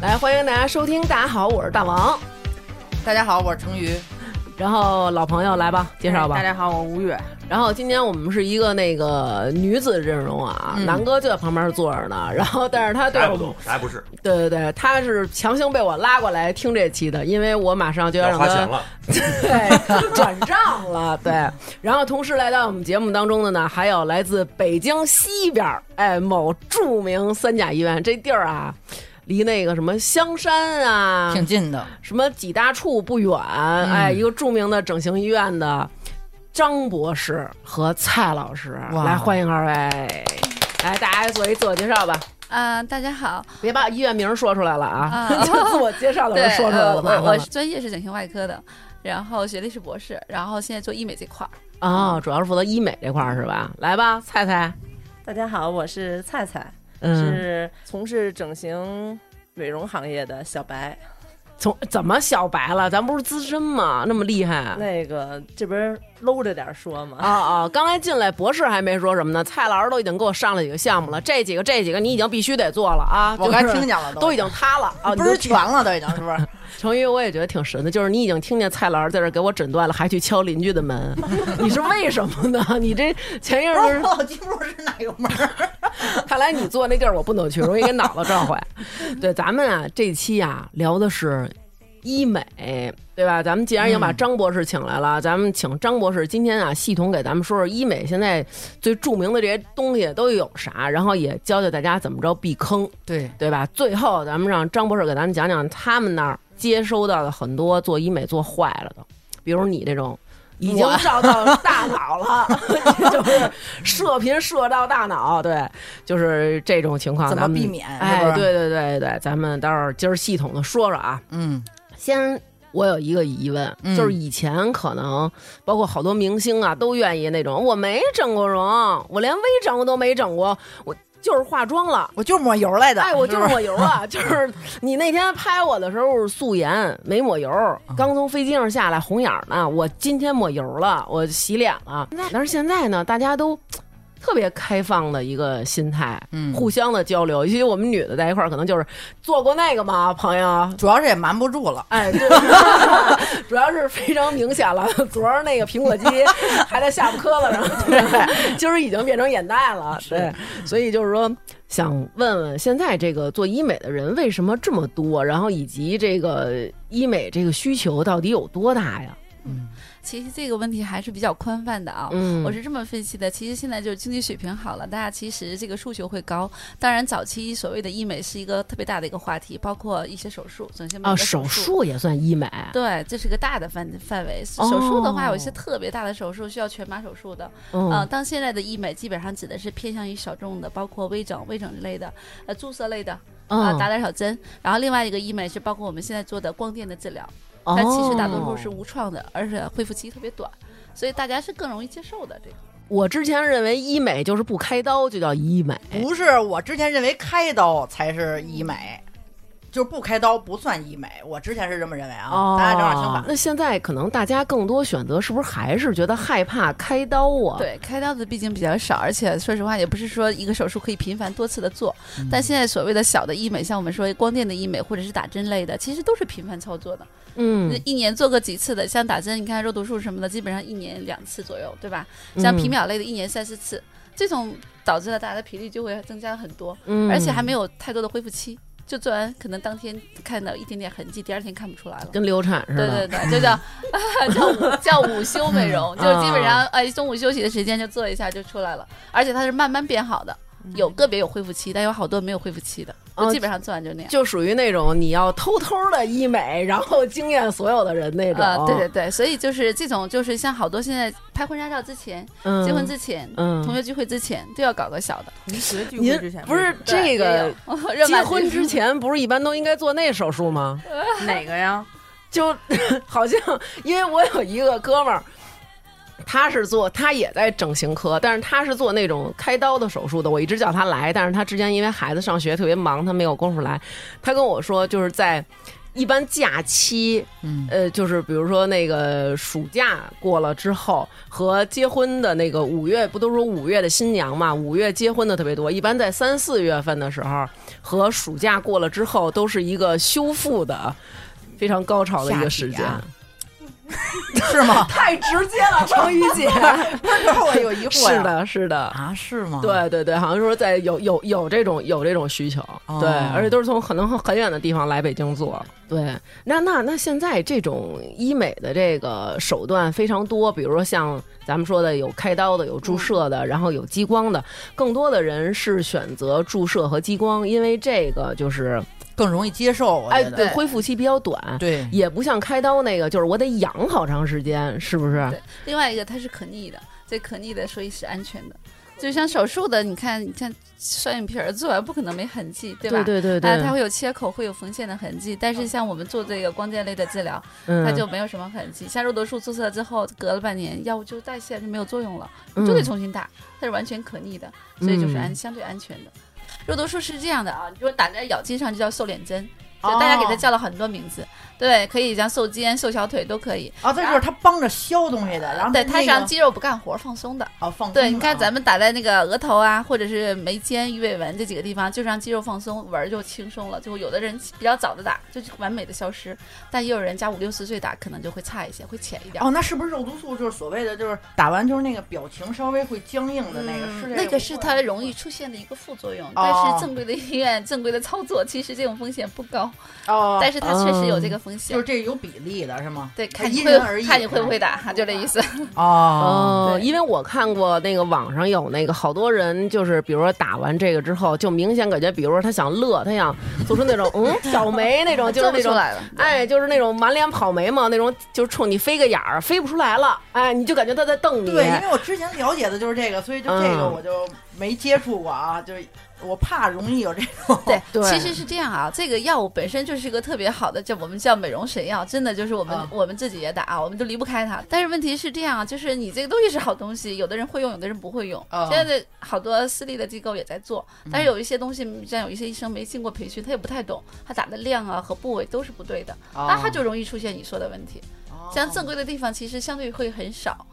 来欢迎大家收听。大家好，我是大王。大家好，我是成瑜。哎然后老朋友来吧，介绍吧哎大。家好，我吴越。然后今天我们是一个那个女子阵容啊，嗯南哥就在旁边坐着 呢。然后，但是他对啥也我不们懂，，啥也不是，对对对，他是强行被我拉过来听这期的，因为我马上就要让花他钱了。 对，转账了，对。然后同时来到我们节目当中的呢，还有来自北京西边儿，哎，某著名三甲医院，这地儿啊，离那个什么香山啊，挺近的，什么几大处不远，嗯哎，一个著名的整形医院的张博士和蔡老师，哇来欢迎二位。嗯来，大家做一自我介绍吧，啊、大家好，别把医院名儿说出来了啊！啊 就自我介绍的时对候，说出来呃了，麻我烦了我是专业是整形外科的，然后学历是博士，然后现在做医美这块儿。啊、主要是负责医美这块儿是吧？来嗯吧，蔡蔡，大家好，我是菜菜，嗯，是从事整形美容行业的小白。从怎么小白了？咱不是资深吗？那么厉害啊那个这不是搂着点说吗？啊！刚才进来博士还没说什么呢，蔡老师都已经给我上了几个项目了，这几个这几个你已经必须得做了啊！我刚就是听见了，都已经塌了啊！不是你全了，都已经是不是？都成语我也觉得挺神的，就是你已经听见蔡老师在这给我诊断了，还去敲邻居的 门，你是为什么呢？ 你这前一阵不儿就是 是，我记不住是哪个门儿。 看来你坐那地儿我不能去，容易给脑子撞坏。对，咱们啊这期啊聊的是医美，对吧？咱们既然已经把嗯张博士请来了，咱们请张博士今天啊系统给咱们说说医美现在最著名的这些东西都有啥，然后也教教大家怎么着避坑，对，对吧？最后咱们让张博士给咱们讲讲他们那儿接收到的很多做医美做坏了的，比如你这种。已经我照到大脑了， 就是射频射到大脑，对，就是这种情况，怎么咱们避免是哎，不是对对对对，咱们待会儿今儿系统的说说啊。嗯，先，我有一个疑问，嗯就是以前可能包括好多明星啊，都愿意那种我没整过容，我连微整过都没整过，我就是化妆了。我就是抹油来的。哎，我就是不抹油啊！就是你那天拍我的时候是素颜，没抹油，嗯刚从飞机上下来，红眼儿呢。我今天抹油了，我洗脸了。但是现在呢，大家都特别开放的一个心态，嗯互相的交流。尤其我们女的在一块儿，可能就是做过那个吗，朋友？主要是也瞒不住了。哎，对， 主要是非常明显了。 昨儿那个苹 果肌还在下巴磕了 呢，对，今儿已经变成眼袋了。对，所以就是说，想问问现在这个做医美的人为什么这么多，然后以及这个医美这个需求到底有多大呀？其实这个问题还是比较宽泛的啊。嗯我是这么分析的，其实现在就是经济水平好了，大家其实这个诉求会高。当然，早期所谓的医美是一个特别大的一个话题，包括一些手术、整形美啊，的手术术也算医美。啊对，这是个大的范范围。手术的话，有一些哦特别大的手术需要全麻手术的。嗯呃，当现在的医美基本上指的是偏向于小众的，包括微整、微整之类的，呃，注射类的，啊、嗯打点小针。然后另外一个医 E 美是包括我们现在做的光电的治疗，它其实大多数是哦无创的，而且恢复期特别短，所以大家是更容易接受的这个。我之前认为医美就是不开刀就叫医美。不是，我之前认为开刀才是医美，就是不开刀不算医美。我之前是这么认为嗯啊，大家正好相反。哦那现在可能大家更多选择是不是还是觉得害怕开刀啊？，对，开刀的毕竟比较少，而且说实话，也不是说一个手术可以频繁多次的做。但现在所谓的小的医美，像我们说光电的医美或者是打针类的，其实都是频繁操作的。那嗯，一年做个几次的，像打针，你看肉毒素什么的，基本上一年两次左右，对吧？像皮秒类的，一年三四次，这种导致了大家的频率就会增加很多，嗯，而且还没有太多的恢复期，就做完可能当天看到一点点痕迹，第二天看不出来了。跟流产似对的。对对，就 叫叫午叫午休美容，就是基本嗯上哎中午休息的时间就做一下就出来了，而且它是慢慢变好的，有个别有恢复期，但有好多没有恢复期的，嗯哦就基本上做完就那样。就属于那种你要偷偷的医美，然后惊艳所有的人那种。哦呃，对对对，所以就是这种，就是像好多现在拍婚纱照之前、嗯，结婚之前、嗯同学聚会之前都要搞个小的。同学聚您不是这个对也有 结婚之热玛吉前不是一般都应该做那手术吗？哪 个呀？就 好像因为我有一个哥们儿。他是做，他也在整形科，但是他是做那种开刀的手术的。我一直叫他来，但是他之前因为孩子上学特别忙，他没有功夫来。他跟我说，就是在一般假期，嗯呃，就是比如说那个暑假过了之后，和结婚的那个五月，不都说五月的新娘嘛？五月结婚的特别多，一般在三四月份的时候，和暑假过了之后，都是一个修复的非常高潮的一个时间夏季。啊是吗？太直接 了，成语 姐。我有疑惑呀 是的，是的。啊，是吗？，对对对，好像说在有有有这种有这种需求，哦对，而且都是从可能很远的地方来北京做。对，那那那现在这种医美的这个手段非常多，比如说像咱们说的有开刀的，有注射嗯的，然后有激光的，更多的人是选择注射和激光，因为这个就是更容易接受，我哎觉对得。恢复期比较短，对，也不像开刀那个就是我得养好长时间，是不是？对，另外一个它是可逆的，这可逆的所以是安全的。就像手术的，你看，你看双眼皮儿做完不可能没痕迹，对吧？对对对，啊，它会有切口，会有缝线的痕迹，但是像我们做这个光电类的治疗，嗯它就没有什么痕迹。像肉毒素注射之后，隔了半年，药物就代谢就没有作用了，就得嗯重新打，它是完全可逆的，所以就是安、嗯相对安全的。肉毒素是这样的啊，你说打在咬肌上就叫瘦脸针，就大家给它哦叫了很多名字，对，可以像瘦肩、瘦小腿都可以。啊，这就是他帮着削东西哦的，然后对，他它是让肌肉不干活放松的。啊放对，松你看啊咱们打在那个额头啊，或者是眉间、鱼尾纹这几个地方，就是让肌肉放松，纹儿就轻松了。就有的人比较早的打，就完美的消失；但也有人加五六十岁打，可能就会差一些，会浅一点。哦，那是不是肉毒素就是所谓的就是打完就是那个表情稍微会僵硬的那个？是这嗯那个个是吗它容易出现的一个副作用，但哦是正规的医院、正规的操作，其实这种风险不高，哦，但是它确实有这个风险。就是这有比例的是吗？对，看因你人而会异，看你会不会打，就这意思。哦。哦，对因为我看过那个网上有那个好多人，就是比如说打完这个之后，就明显感觉，比如说他想乐，他想做出那 种嗯倒霉那哦种，就是做那不出种。来了，哎，就是那种满脸跑眉毛那种，就是冲你飞个眼儿，飞不出来了。哎，你就感觉他在瞪你。对，嗯因为我之前了解的就是这个，所以就这个嗯我就没接触过啊，就是我怕容易有这种对，对其实是这样啊，这个药物本身就是一个特别好的，叫我们叫美容神药，真的就是我们、啊我们自己也打啊，我们都离不开它。但是问题是这样啊，就是你这个东西是好东西，有的人会用，有的人不会用。啊现在的好多私立的机构也在做，但是有一些东西，像有一些医生没经过培训，他也不太懂，他打的量啊和部位都是不对的，那他就容易出现你说的问题。哦像正规的地方，其实相对会很少。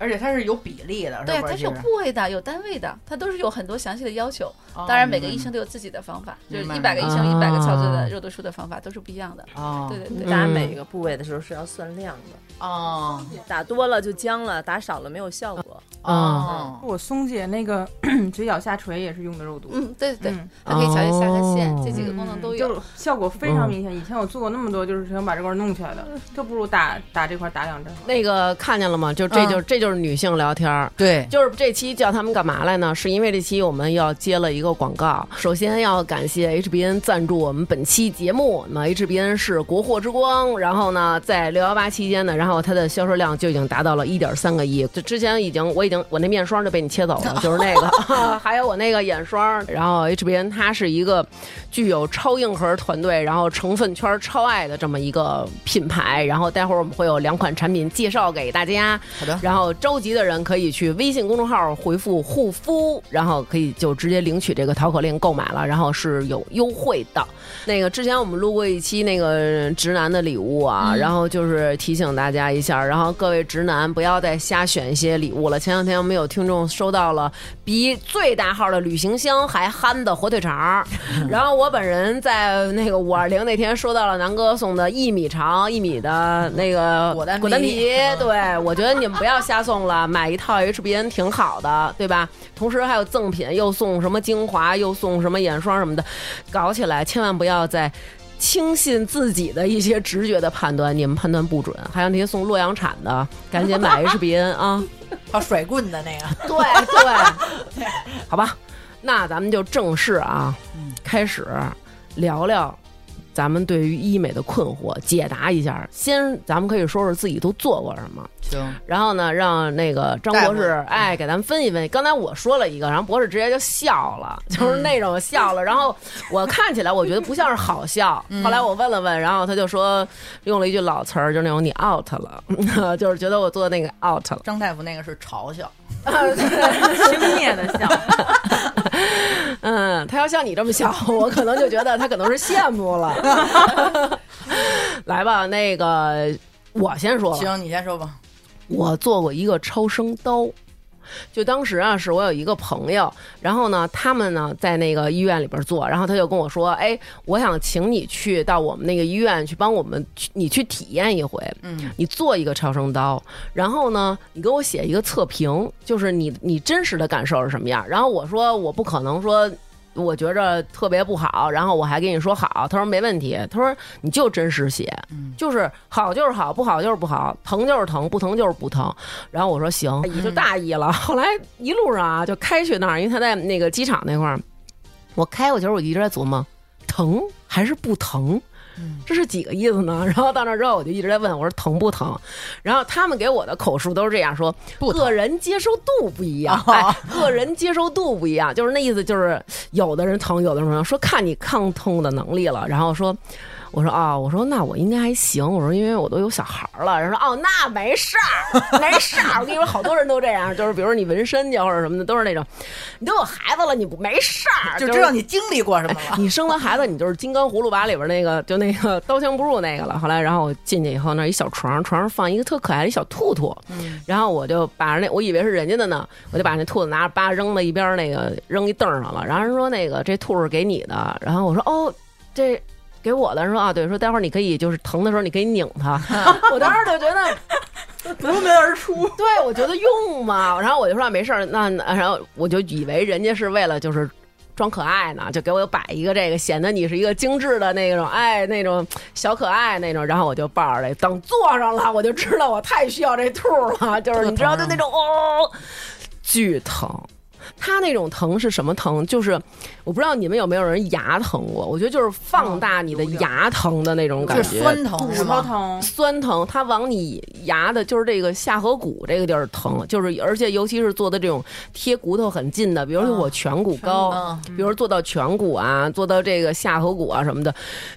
而且它是有比例的，对是啊，不它是是有其实部位的，有单位的，它都是有很多详细的要求。哦当然，每个明白医生都有自己的方法，就是明白一百个医明白生一百个操作啊的肉毒素的方法都是不一样的。哦，对对对，打嗯每个部位的时候是要算量的，哦打多了就僵了，打少了没有效果。哦，我松姐那个 嘴角下垂也是用的肉毒，嗯，对对，对嗯，它可以调节下颌线哦，这几个功能都就有。是效果非嗯常明显。以前我做过那么多，就是想把这块弄起来的，嗯就不如打打这块打两针。那个看见了吗？就这嗯就、这就是女性聊天儿。对，就是这期叫他们干嘛来呢？是因为这期我们要接了一个广告。首先要感谢 HBN 赞助我们本期节目。那 HBN 是国货之光，然后呢，在六幺八期间呢，然后它的销售量就已经达到了一点三个亿。就之前已经我已经我那面霜就被你切走了，就是那个， 还有我那个眼霜。然后 HBN 它是一个具有超硬核团队，然后成分圈超爱的这么一个品牌。然后待会儿我们会有两款产品介绍给大家。好的，然后着急的人可以去微信公众号回复“护肤”，然后可以就直接领取这个淘口令购买了，然后是有优惠的。那个之前我们录过一期那个直男的礼物啊，嗯然后就是提醒大家一下，然后各位直男不要再瞎选一些礼物了。前两天我们有听众收到了比最大号的旅行箱还憨的火腿肠 儿，然后我本人在那个五二零那天收到了南哥送的一米长一米的那个果丹果丹 皮皮，对我觉得你们不要瞎送了，买一套 HBN 挺好的，对吧？同时还有赠品，又送什么精华，又送什么眼霜什么的，搞起来千万不要再轻信自己的一些直觉的判断，你们判断不准。还有那些送洛阳产的，赶紧买 HBN 啊！还有哦甩棍的那个， 对 对，好吧，那咱们就正式啊，开始聊聊咱们对于医美的困惑，解答一下。先，咱们可以说说自己都做过什么， 行，然后呢，让那个张博士哎给咱们分析分析。刚才我说了一个，然后博士直接就笑了，就是那种笑了。然后我看起来我觉得不像是好笑，后来我问了问，然后他就说用了一句老词儿，就是那种你 out 了， 就是觉得我做那个 out 了。张大夫那个是嘲笑，轻蔑的笑，嗯，他要像你这么想，我可能就觉得他可能是羡慕了。 来吧，那个我先说吧，行，你先说吧。我做过一个超声刀，就当时啊，是我有一个朋友，然后呢，他们呢在那个医院里边做，然后他就跟我说，哎，我想请你去到我们那个医院去帮我们去，你去体验一回，嗯，你做一个超声刀，然后呢，你给我写一个测评，就是你你真实的感受是什么样。然后我说我不可能说。我觉着特别不好，然后我还跟你说好，他说没问题，他说你就真实写，嗯就是好就是好，不好就是不好，疼就是疼，不疼就是不疼。然后我说行，也就大意了。 后来一路上啊，就开去那儿，因为他在那个机场那块儿，我开过去，我一直在琢磨，疼还是不疼嗯？这是几个意思呢？然后到那儿之后，我就一直在问我说疼不疼？然后他们给我的口述都是这样说，不疼哦个人接受度不一样，哎，个人接受度不一样，就是那意思，就是有的人疼，有的人不疼，说看你抗痛的能力了，然后说。我说啊、我说那我应该还行。我说因为我都有小孩儿了。然后说哦，那没事儿，没事儿。我跟你说，好多人都这样，就是比如说你纹身去或者什么的，都是那种，你都有孩子了，你不没事儿，就是知道你经历过什么 了。你生完孩子，你就是《金刚葫芦娃》里边那个，就那个刀枪不入那个了。后来，然后我进去以后，那一小床，床上放一个特可爱的一小兔兔，嗯然后我就把那我以为是人家的呢，我就把那兔子拿着叭扔到一边儿那个扔一凳儿上了。然后人说那个这兔是给你的，然后我说哦这。给我的人说啊，对，说待会儿你可以就是疼的时候你可以拧它，我当时就觉得夺门而出。 对，我觉得用嘛，然后我就说啊没事儿，那那然后我就以为人家是为了就是装可爱呢，就给我摆一个这个，显得你是一个精致的那种，哎，那种小可爱那种。然后我就抱着这，等坐上了，我就知道我太需要这兔了，就是你知道，就那 种哦，巨疼。它那种疼是什么疼？就是我不知道你们有没有人牙疼过，我觉得就是放大你的牙疼的那种感就觉，是酸疼是骨头吗？疼，酸疼，它往你牙的，就是这个下颌骨这个地儿疼，就是而且尤其是做的这种贴骨头很近的，比如说我颧骨高，嗯，比如说做到颧骨啊，做到这个下颌骨啊什么的，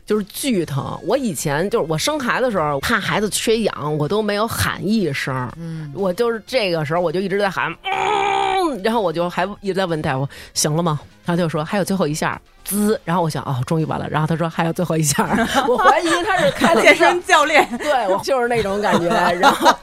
就是巨疼。我以前就是我生孩子的时候，怕孩子缺氧，我都没有喊一声儿，嗯我就是这个时候我就一直在喊，嗯，然后我就还一直在问大夫行了吗？他就说还有最后一下儿。滋，然后我想哦，终于完了。然后他说还有最后一下儿， 我怀疑他是 开了一健个身教练，对，我就是那种 感觉。然后，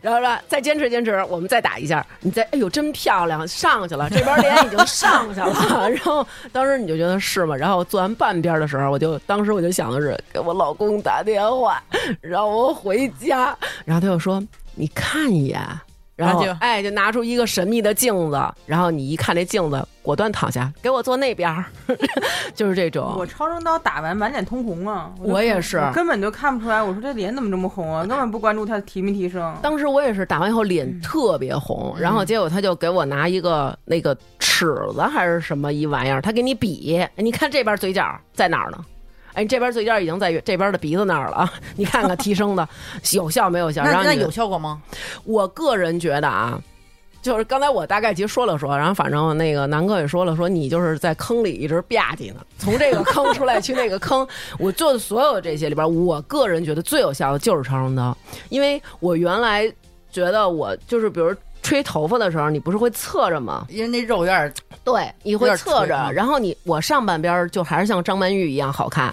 然后说再坚持坚持，我们再打一下。你再，哎呦，真漂亮，上去了，这边脸已经上去 了。然后当时你就觉得是吗？然后做完半边的时候，我就当时我就想的是给我老公打电话，让我回家。然后他就说你看一眼。然后然后就哎，就拿出一个神秘的镜子，然后你一看这镜子，果断躺下，给我坐那边儿， 就是这种。我超声刀打完满脸通红啊！就哦我也是我根本就看不出来。我说这脸怎么这么红啊？根本不关注它提没提嗯升。当时我也是打完以后脸特别红，然后结果他就给我拿一个那个尺子还是什么一玩意儿，他给你比，哎你看这边嘴角在哪儿呢？哎，你这边嘴角已经在这边的鼻子那儿了， 你看看提升的有效没有效？那然后那你有效果吗？我个人觉得啊，就是刚才我大概其实说了说，然后反正那个南哥也说了说，你就是在坑里一直吧唧呢，从这个坑出来去那个坑。 我做的所有这些里边，我个人觉得最有效的就是超声刀，因为我原来觉得我就是比如。吹头发的时候，你不是会侧着吗？因为那肉有点儿对，你会有点侧垂着啊，然后你我上半边儿就还是像张曼玉一样好看，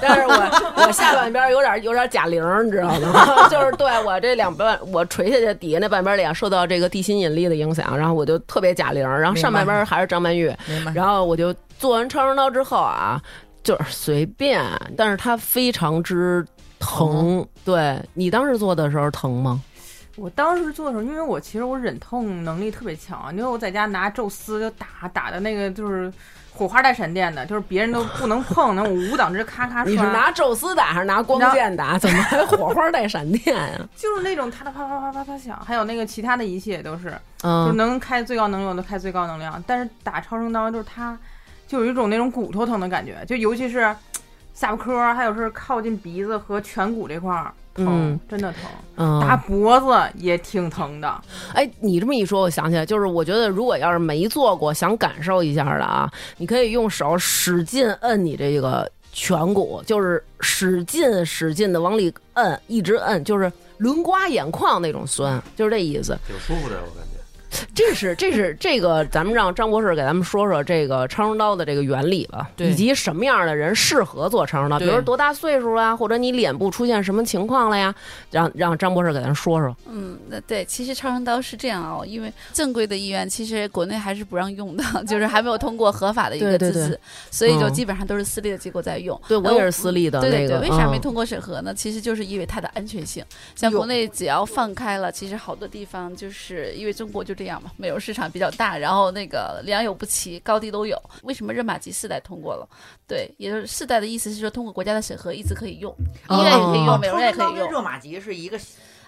但是我我下半边儿有点有点贾玲儿，你知道吗？就是对我这两半我垂下去底下那半边脸受到这个地心引力的影响，然后我就特别贾玲儿，然后上半边儿还是张曼玉，明白。然后我就做完超声刀之后啊，就是随便，但是它非常之疼。对你当时做的时候疼吗？我当时做的时候，因为我其实我忍痛能力特别强，啊因为我在家拿宙斯就打打的那个就是火花带闪电的，就是别人都不能碰，那我五档直咔咔 你是刷，拿宙斯打还是拿光拿剑打？怎么还火花带闪电啊？就是那种它的啪啪啪啪啪响，还有那个其他的一切都是，就嗯是，能开最高能量的开最高能量，但是打超声刀就是它，就有一种那种骨头疼的感觉，就尤其是下巴颏儿，还有是靠近鼻子和颧骨这块儿疼，嗯真的疼，嗯打脖子也挺疼的。哎，你这么一说，我想起来，就是我觉得如果要是没做过，想感受一下的啊，你可以用手使劲摁你这个颧骨，就是使劲使劲的往里摁，一直摁，就是轮刮眼眶那种酸，就是这意思。挺舒服的，我感觉。这是这是这个，咱们让张博士给咱们说说这个长生刀的这个原理吧，对以及什么样的人适合做长生刀，比对如说多大岁数啊啦，或者你脸部出现什么情况了呀，让让张博士给咱说说。嗯，那对，其实超声刀是这样啊、因为正规的医院其实国内还是不让 用的，就是还没有通过合法的一对个对资对质，所以就嗯基本上都是私立的机构在用。对我呃也是私立的对那对个，对，为啥没嗯通过审核呢？其实就是因为它的安全性。像国内只要放开了，其实好多地方就是因为中国就这样嘛，美容市场比较大，然后那个良莠不齐，高低都有。为什么热玛吉四代通过了？对，也就是四代的意思是说，通过国家的审核一直可以用，医院也可以哦用，美容院也可以跟用，热玛吉是一个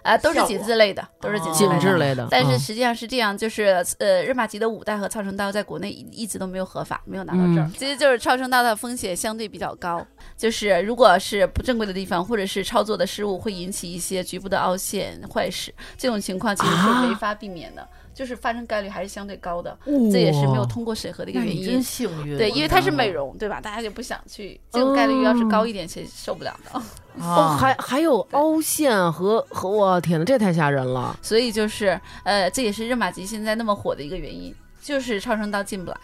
啊，都是效紧果致类的，都是紧致紧哦类的哦致。类的，但是嗯实际上是这样，就是呃，热玛吉的五代和超声刀在国内一一直都没有合法，没有拿到证儿。其实就是超声刀的风险相对比较高，就是如果是不正规的地方或者是操作的失误，会引起一些局部的凹陷、坏死，这种情况其实是没法避免的，就是发生概率还是相对高的，这也是没有通过审核的一个原因。幸运嗯啊对，因为它是美容，对吧？大家就不想去，这种概率要是高一点，谁受不了的？哦，啊，还还有凹陷和和我天呐，这太吓人了。所以就是呃，这也是热玛吉现在那么火的一个原因，就是超声刀进不来。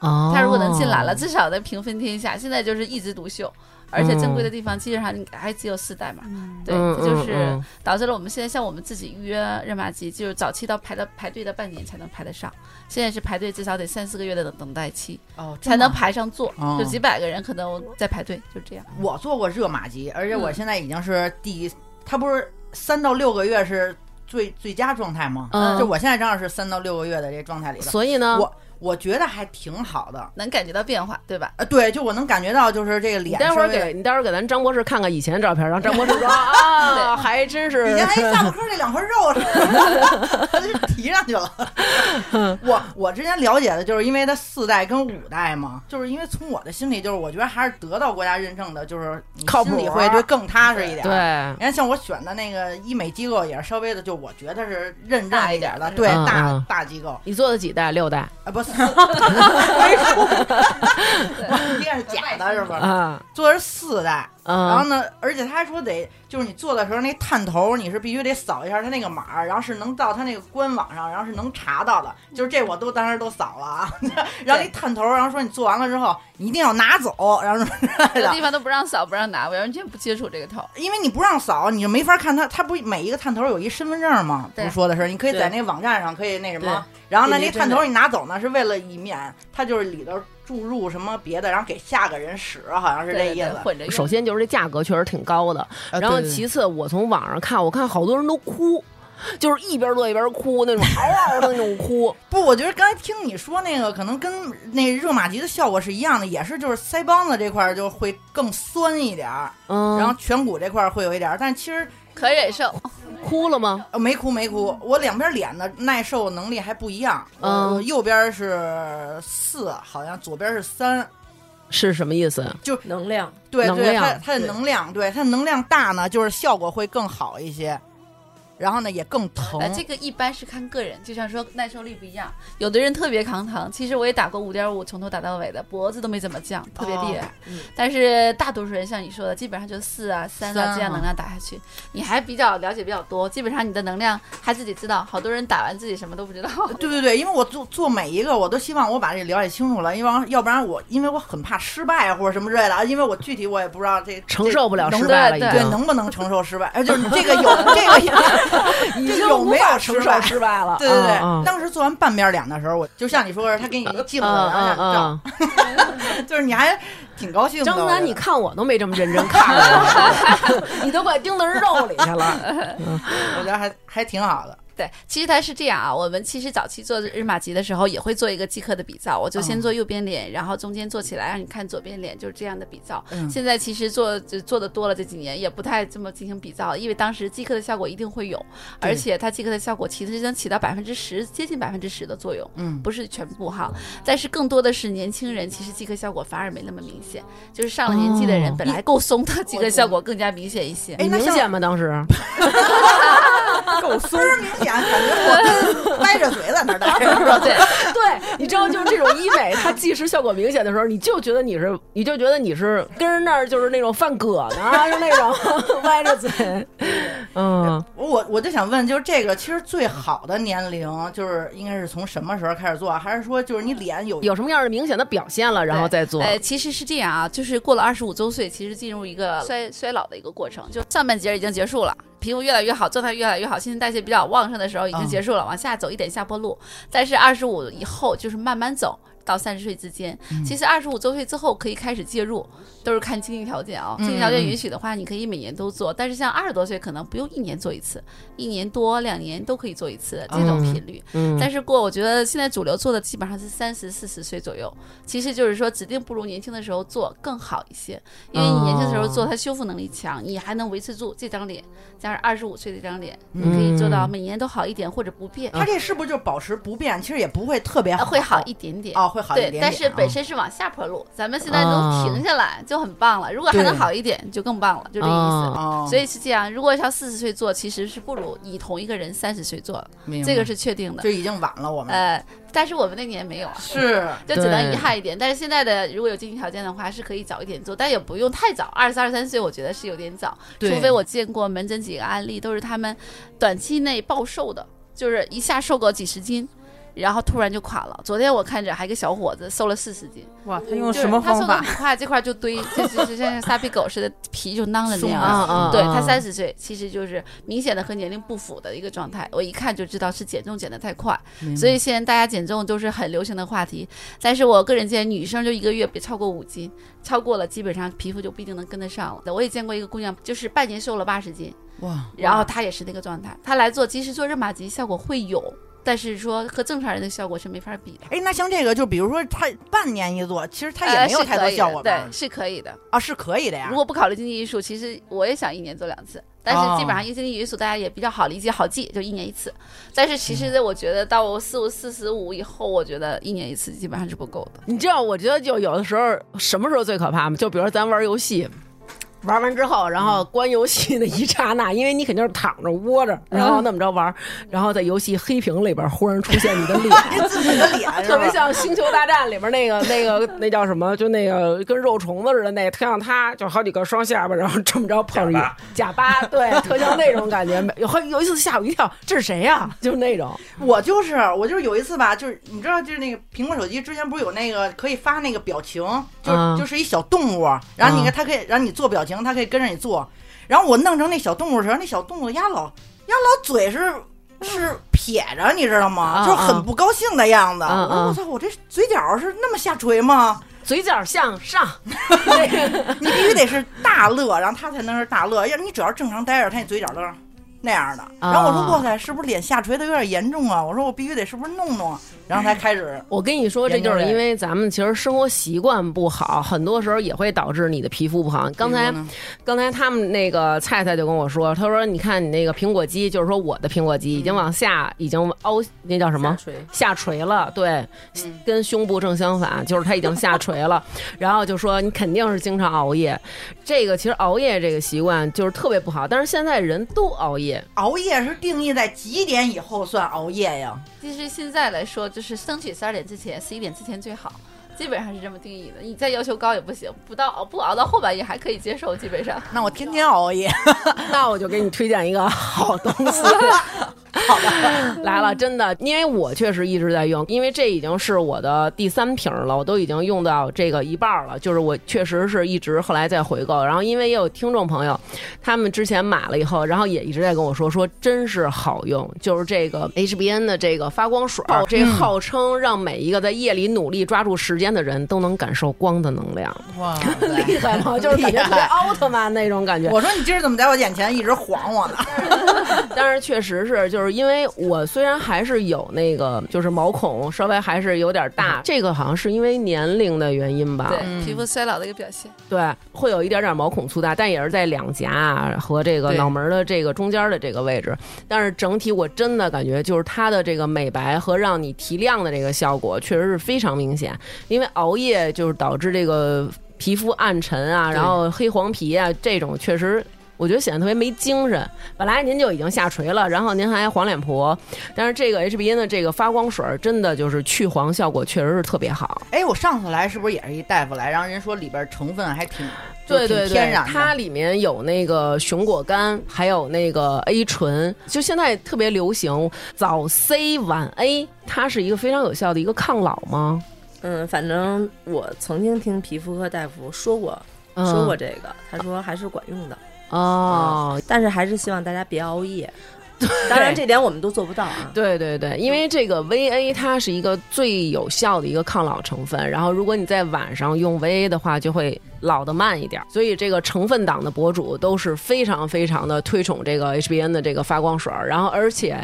哦，他如果能进来了，至少能平分天下。现在就是一枝独秀，而且正规的嗯地方基本上还只有四代嘛。嗯对，嗯这就嗯是嗯导致了我们现在像我们自己预约热玛吉，就是早期到排到排队到半年才能排得上，现在是排队至少得三四个月的等等待期哦才能。排上座，哦就几百个人可能在排队，就这样。我做过热玛吉，而且嗯我现在已经是第，它不是三到六个月是最最佳状态吗？嗯就我现在正好是三到六个月的这状态里头，所以呢，我我觉得还挺好的。能感觉到变化，对吧？呃，对，就我能感觉到，就是这个你脸待稍微。会儿给你待会儿给咱张博士看看以前的照片，让张博 士说啊，还真以是 前。还哎下巴颏儿这两块肉似的，他就提上去了。 我我之前了解的就是因为它四代跟五代嘛，就是因为从我的心里就是我觉得还是得到国家认证的，就是你靠谱心里会就更踏实一点。对，。 你看，像我选的那个医美机构也是稍微的，就我觉得是认大证一一点的，点的对嗯大嗯大机构你做的几代？六代啊，不是没数，应该是假的，是不是？啊做的是四代，然后啊呢，而且他还说得，就是你做的时候那探头，你是必须得扫一下他那个码儿，然后是能到他那个官网上，然后是能查到的。就是这我都当时都扫了啊， 然后那探头，然后说你做完了之后，你一定要拿走，然后什么之这类的地。方都不让扫，不让拿，我完全不接触这个头。因为你不让扫，你就没法看他。他不每一个探头有一身份证吗？对不是说的是，你可以在那网站上可以那什么。然后呢，对那对探头你拿走呢，是为了以免他就是里头注入什么别的，然后给下个人使，好像是对这对意对，思。混着用。首先就是这价格确实挺高的，啊然后其次我从网上看，我看好多人都哭，就是一边做一边哭那种嗷嗷的那种 哭。不，我觉得刚才听你说那个，可能跟那热玛吉的效果是一样的，也是就是腮帮子这块儿就会更酸一点儿，嗯，然后颧骨这块儿会有一点儿，但其实、可忍受，哭了吗？呃没哭没哭，嗯我两边脸的耐受能力还不一样，我嗯我右边是四，好像左边是三，是什么意思？能量，对能对，量它它的对能量，对它的能量大呢，就是效果会更好一些，然后呢也更疼哎呃，，这个一般是看个人，就像说耐受力不一样，有的人特别抗糖。其实我也打过五点五，从头打到尾的，脖子都没怎么降，特别哦厉害。但是大多数人像你说的，基本上就四啊、三三啊啊这样能量打下去。你还比较了解比较多，基本上你的能量还自己知道。好多人打完自己什么都不知道。哦对对对，因为我做做每一个，我都希望我把这了解清楚了，因为要不然我因为我很怕失败或者什么之类的啊，因为我具体我也不知道这承受不了能失败了，嗯已对对经能不能承受失败， 哎，就是这个有这个已 这经有无没法有承失受败失败了。对对对，嗯嗯当时做完半边脸的时候，我就像你说的，他给你一镜子，嗯然后嗯让你照，嗯，就是你还挺高兴的。张我觉楠，得你看我都没这么 认真看过，哎你 都快盯到肉 里哎去了。我觉得还还挺好的。对，其实它是这样啊，我们其实早期做日玛吉的时候也会做一个即刻的比照，我就哦先做右边脸，然后中间做起来，让你看左边脸，就是这样的比照。嗯现在其实做就做的多了，这几年也不太这么进行比照了，因为当时即刻的效果一定会有，而且它即刻的效果其实能起到百分之十，接近百分之十的作用。嗯，不是全部哈，但是更多的是年轻人，其实即刻效果反而没那么明显，就是上了年纪的人哦本来够松的，即刻效果更加明显一些。哎你那明像显吗？当时 够倍，松儿明显，感觉我跟歪着嘴在那儿待着。 对， 对，你知道，就是这种医美，它即时效果明显的时候，你就觉得你是，你就觉得你是跟人那儿就是那种犯葛呢，就那种歪着嘴。嗯，我我就想问，就是这个其实最好的年龄，就是应该是从什么时候开始做啊？还是说就是你脸有有什么样的明显的表现了，然后再做。呃，其实是这样啊，就是过了二十五周岁，其实进入一个衰衰老的一个过程，就上半截儿已经结束了，皮肤越来越好，状态越来越好，新陈代谢比较旺盛的时候已嗯经结束了，往下走一点下坡路。但是二十五以后就是慢慢走。到三十岁之间，嗯其实二十五周岁之后可以开始介入，都是看经济条件啊、经济嗯条件允许的话，你可以每年都做。但是像二十多岁，可能不用一年做一次，一年多、两年都可以做一次这种频率。嗯但是过，我觉得现在主流做的基本上是三十四十岁左右，其实就是说指定不如年轻的时候做更好一些，因为你年轻的时候做，哦它修复能力强，你还能维持住这张脸，加上二十五岁这张脸，你可以嗯做到每年都好一点或者不变，他这是不是就保持不变？其实也不会特别它好，呃会好一点点。哦，会好一点对，点。但是本哦身是往下坡路，咱们现在能停下来就很棒了。如果还能对好一点，就更棒了，就这意思。哦，所以是这样，如果要四十岁做，其实是不如你同一个人三十岁做的，嗯明白这个是确定的。就已经晚了，我们呃，但是我们那年没有啊，是就只能对遗憾一点。但是现在的如果有经济条件的话，是可以早一点做，但也不用太早。二十二三岁，我觉得是有点早，对除非我见过门诊几个案例，都是他们短期内暴瘦的，就是一下瘦个几十斤。然后突然就垮了。昨天我看着还一个小伙子瘦了四十斤，哇，他用就是什么他方瘦的法？很快，这块就堆， 就就就像撒逼狗似的，皮就囊了那松样了了。嗯啊对他三十岁，其实就是明显的和年龄不符的一个状态。我一看就知道是减重减得太快，所以现在大家减重都是很流行的话题。但是我个人建议，女生就一个月别超过五斤，超过了基本上皮肤就不一定能跟得上了。我也见过一个姑娘，就是半年瘦了八十斤，哇，然后她也是那个状态。她来做，即使做热玛吉，效果会有，但是说和正常人的效果是没法比的。哎，那像这个，就比如说他半年一做，其实他也呃没有是太可多以效的果吧对，？是可以的。啊，是可以的呀如。果不考虑经济因素，其实我也想一年做两次，但是基本上因为经济因素大家也比较好理解、好记，就一年一次。但是其实我觉得到我四五、四十五以后，我觉得一年一次基本上是不够的。你知道，我觉得就有的时候，什么时候最可怕吗？就比如说咱玩游戏。玩完之后，然后关游戏的一刹那，因为你肯定是躺着窝着，然后那么着玩，然后在游戏黑屏里边忽然出现你的脸，自己的 脸 是特别吧？像《星球大战》里边那个那个那叫什么，就那个跟肉虫子似的那个，特像他，就好几个双下巴，然后这么着碰一假巴，对，特像那种感觉。有有一次吓我一跳，这是谁呀、就那种，我就是我就是有一次吧，就是你知道，就是那个苹果手机之前不是有那个可以发那个表情，就、嗯就是一小动物，然后嗯你看它可以，然后你做表情，它可以跟着你做。然后我弄成那小动物的时候，那小动物呀老呀老嘴是是撇着，你知道吗？嗯就是很不高兴的样子。嗯我说嗯我操，我这嘴角是那么下垂吗？嘴角向上，那个你必须得是大乐，然后他才能是大乐。要你只要正常待着，他那嘴角都是那样的。然后我说：“哇塞，是不是脸下垂的有点严重啊？”我说：“我必须得是不是弄弄啊？”然后才开始我跟你说，这就是因为咱们其实生活习惯不好，很多时候也会导致你的皮肤不好。刚才比如呢刚才他们那个菜菜就跟我说，他说你看你那个苹果肌，就是说我的苹果肌已经往下，已经凹，那叫什么下？垂下垂了，对，跟胸部正相反， 就是它已经下垂了。 然后就说你肯定是经常熬夜，这个其实熬夜这个习惯就是特别不好，但是现在人都熬夜，熬夜是定义在几点以后算熬夜呀？其实现在来说，就是争取十二点之前、十一点之前最好。基本上是这么定义的，你再要求高也不行，不到熬不熬到后半夜还可以接受，基本上。那我天天熬夜， 那我就给你推荐一个好东 西。 来了，真的，因为我确实一直在用，因为这已经是我的第三瓶了，我都已经用到这个一半儿了。就是我确实是一直后来在回购，然后因为也有听众朋友，他们之前买了以后，然后也一直在跟我说，说真是好用，就是这个 HBN 的这个发光水儿，这号称让每一个在夜里努力抓住时间的人都能感受光的能量，哇！ 厉害吗？ 就是感觉特别奥特曼那种感觉。我说你今儿怎么在我眼前一直晃我呢？但是确实是，就是因为我虽然还是有那个，就是毛孔稍微还是有点大，这个好像是因为年龄的原因吧对，，皮肤衰老的一个表现。对，会有一点点毛孔粗大，但也是在两颊啊和这个对脑门的这个中间的这个位置。但是整体我真的感觉，就是它的这个美白和让你提亮的这个效果，确实是非常明显。因为熬夜就是导致这个皮肤暗沉啊，然后黑黄皮啊，这种确实我觉得显得特别没精神。本来您就已经下垂了，然后您还黄脸婆，但是这个 HB N 的这个发光水儿真的就是去黄效果确实是特别好。 哎，我上次来是不是也是一大夫来？然后人说里边成分还挺就对挺对天对然，的它里面有那个熊果苷，还有那个 A 醇，就现在特别流行早 C 晚 A，它是一个非常有效的一个抗老吗？嗯，反正我曾经听皮肤科大夫说过，嗯说过这个，他说还是管用的，哦，但是还是希望大家别熬夜。当然，这点我们都做不到啊。对对对，因为这个 VA 它是一个最有效的一个抗老成分，然后如果你在晚上用 VA 的话，就会老得慢一点儿。所以这个成分党的博主都是非常非常的推崇这个 HBN 的这个发光水儿，然后而且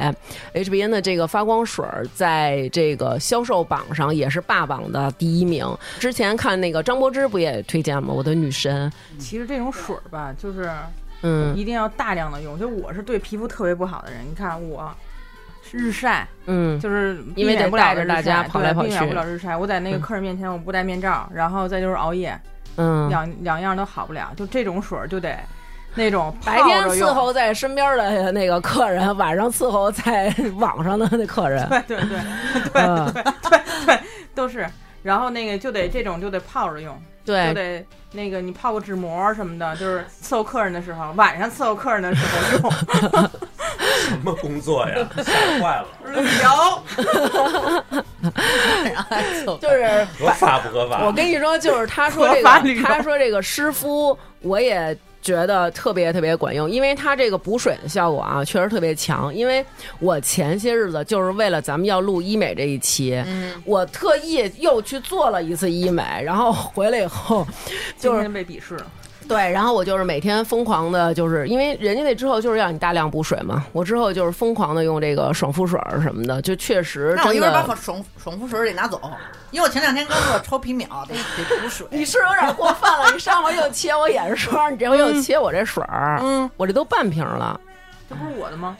HBN 的这个发光水儿在这个销售榜上也是霸榜的第一名。之前看那个张柏芝不也推荐吗？我的女神，其实这种水儿吧，就是嗯一定要大量的用。就我是对皮肤特别不好的人，你看我日晒，嗯，就是因为避免得不了带着日大家晒跑对来跑避免去不了日晒。我在那个嗯客人面前我不戴面罩，然后再就是熬夜，嗯，两两样都好不了。就这种水儿就得那种白天泡着伺用候在身边的那个客人，晚上伺候在 网上的那客人。对对对对嗯对对对，都是。然后那个就得这种就得泡着用，就对，得那个你泡个纸膜什么的，就是伺候客人的时候，晚上伺候客人的时候 用。什么工作呀？ 吓坏了，聊 就是合法不合我法？跟你说，就是他说这合法旅个，游他说这个湿敷，我也。觉得特别特别管用，因为它这个补水的效果啊，确实特别强。因为我前些日子就是为了咱们要录医美这一期，嗯，我特意又去做了一次医美，然后回来以后，就是今天被鄙视了，对，然后我就是每天疯狂的，就是因为人家那之后就是让你大量补水嘛，我之后就是疯狂的用这个爽肤水儿什么的，就确实那我一真会儿把的。爽爽爽肤水儿得拿走，因为我前两天刚做超皮秒， 得得补水。 你是有点过分了，你上回又切我眼霜，你这回又切我这水儿，嗯，我这都半瓶了。这不是我的吗？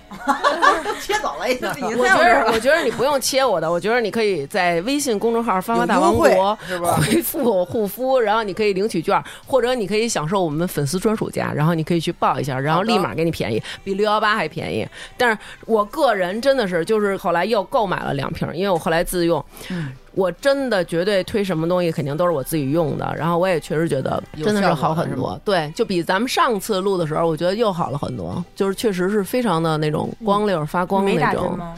切走了已经。你我在觉我这儿得，了我觉得你不用切我的，我觉得你可以在微信公众号“发发大王有优国惠是”吧 回复护肤，然后你可以领取券，或者你可以享受我们粉丝专属价，然后你可以去报一下，然后立马给你便宜，比六幺八还便宜。但是我个人真的是，就是后来又购买了两瓶，因为我后来自用。嗯我真的绝对推什么东西，肯定都是我自己用的。然后我也确实觉得有真的效是果好了很是多，对，就比咱们上次录的时候，我觉得又好了很多。就是确实是非常的那种光溜儿发光嗯你没那打种。针吗？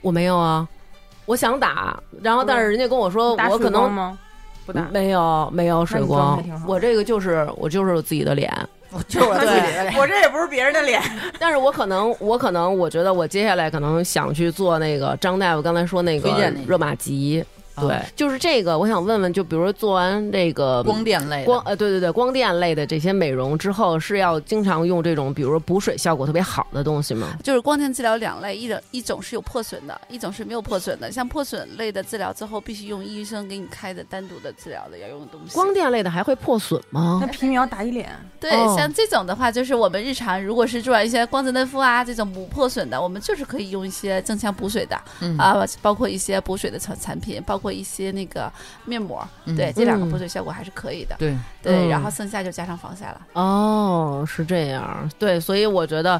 我没有啊，我想打，然后不是但是人家跟我说嗯打哦我水可光能嗯吗？不打。没有没有水那你装光还挺，好我这个就是我就是我自己的脸， 我就是我自己的脸。我这也不是别人的脸，但是我可能我可能我觉得我接下来可能想去做那个张大夫刚才说那个推荐那个热玛吉，啊对，就是这个，我想问问，就比如说做完这个 光电类的光呃对对对光电类的这些美容之后，是要经常用这种比如说补水效果特别好的东西吗？就是光电治疗两类，一种一种是有破损的，一种是没有破损的。像破损类的治疗之后，必须用医生给你开的单独的治疗的要用的东西。光电类的还会破损吗那？皮秒打一脸，对，哦像这种的话，就是我们日常如果是做一些光子嫩肤啊这种不破损的，我们就是可以用一些增强补水的、嗯啊，包括一些补水的产产品，包括一些那个面膜，嗯对，这两个嗯补水效果还是可以的。对，对，嗯然后剩下就加上防晒了。哦，是这样，对，所以我觉得，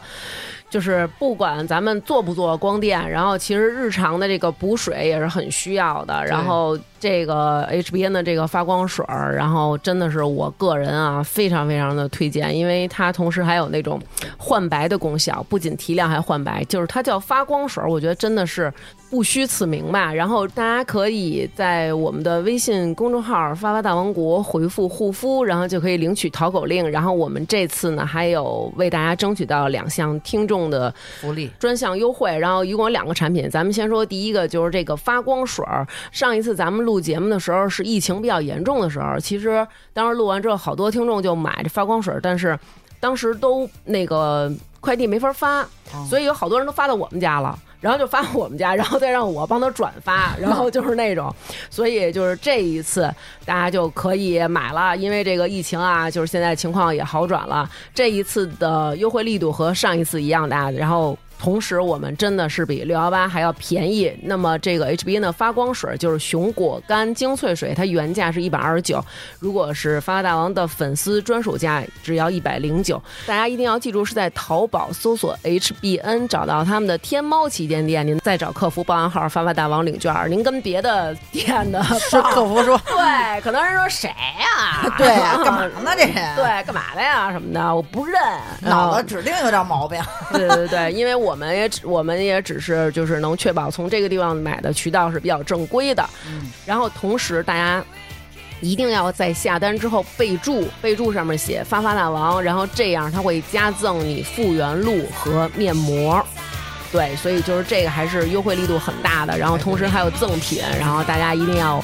就是不管咱们做不做光电，然后其实日常的这个补水也是很需要的。然后这个 HBN 的这个发光水儿，然后真的是我个人啊，非常非常的推荐，因为它同时还有那种焕白的功效，不仅提亮还焕白，就是它叫发光水儿，我觉得真的是不虚此名吧。然后大家可以在我们的微信公众号“发发大王国”回复“护肤”，然后就可以领取淘口令。然后我们这次呢，还有为大家争取到两项听众的福利。专项优惠，然后一共有两个产品。咱们先说第一个，就是这个发光水儿。上一次咱们录节目的时候是疫情比较严重的时候，其实当时录完之后，好多听众就买这发光水儿，但是当时都那个快递没法发，所以有好多人都发到我们家了。然后就发我们家，然后再让我帮他转发，然后就是那种，所以就是这一次大家就可以买了，因为这个疫情啊，就是现在情况也好转了，这一次的优惠力度和上一次一样大，然后同时，我们真的是比六幺八还要便宜。那么这个 HB 呢，发光水就是熊果苷精粹水，它原价是一百二十九，如果是发发大王的粉丝专属价，只要一百零九。大家一定要记住，是在淘宝搜索 HBN 找到他们的天猫旗舰店，您再找客服报暗号“发发大王”领券儿。您跟别的店的是 客服说对，可能人说谁呀、 对呀、干嘛呢这人？对，干嘛的呀？什么的，我不认。脑然后子指定有点毛病。对对对，因为我们也只我们也只是就是能确保从这个地方买的渠道是比较正规的，嗯然后同时大家。一定要在下单之后备注，备注上面写“发发大王”，然后这样他会加赠你复原露和面膜。对，所以就是这个还是优惠力度很大的，然后同时还有赠品，然后大家一定要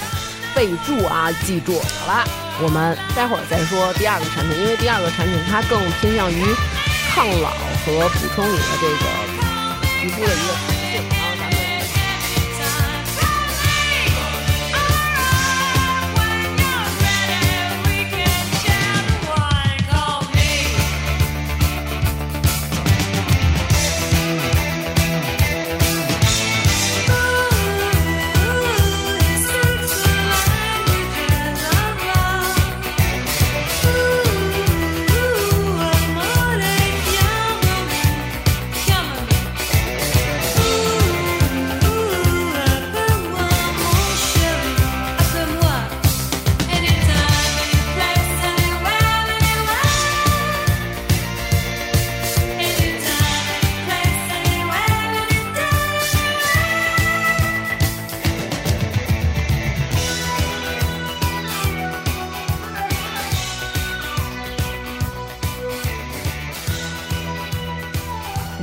备注啊，记住好了。我们待会儿再说第二个产品，因为第二个产品它更偏向于抗老和补充你的这个皮肤的一个弹性。然后咱们。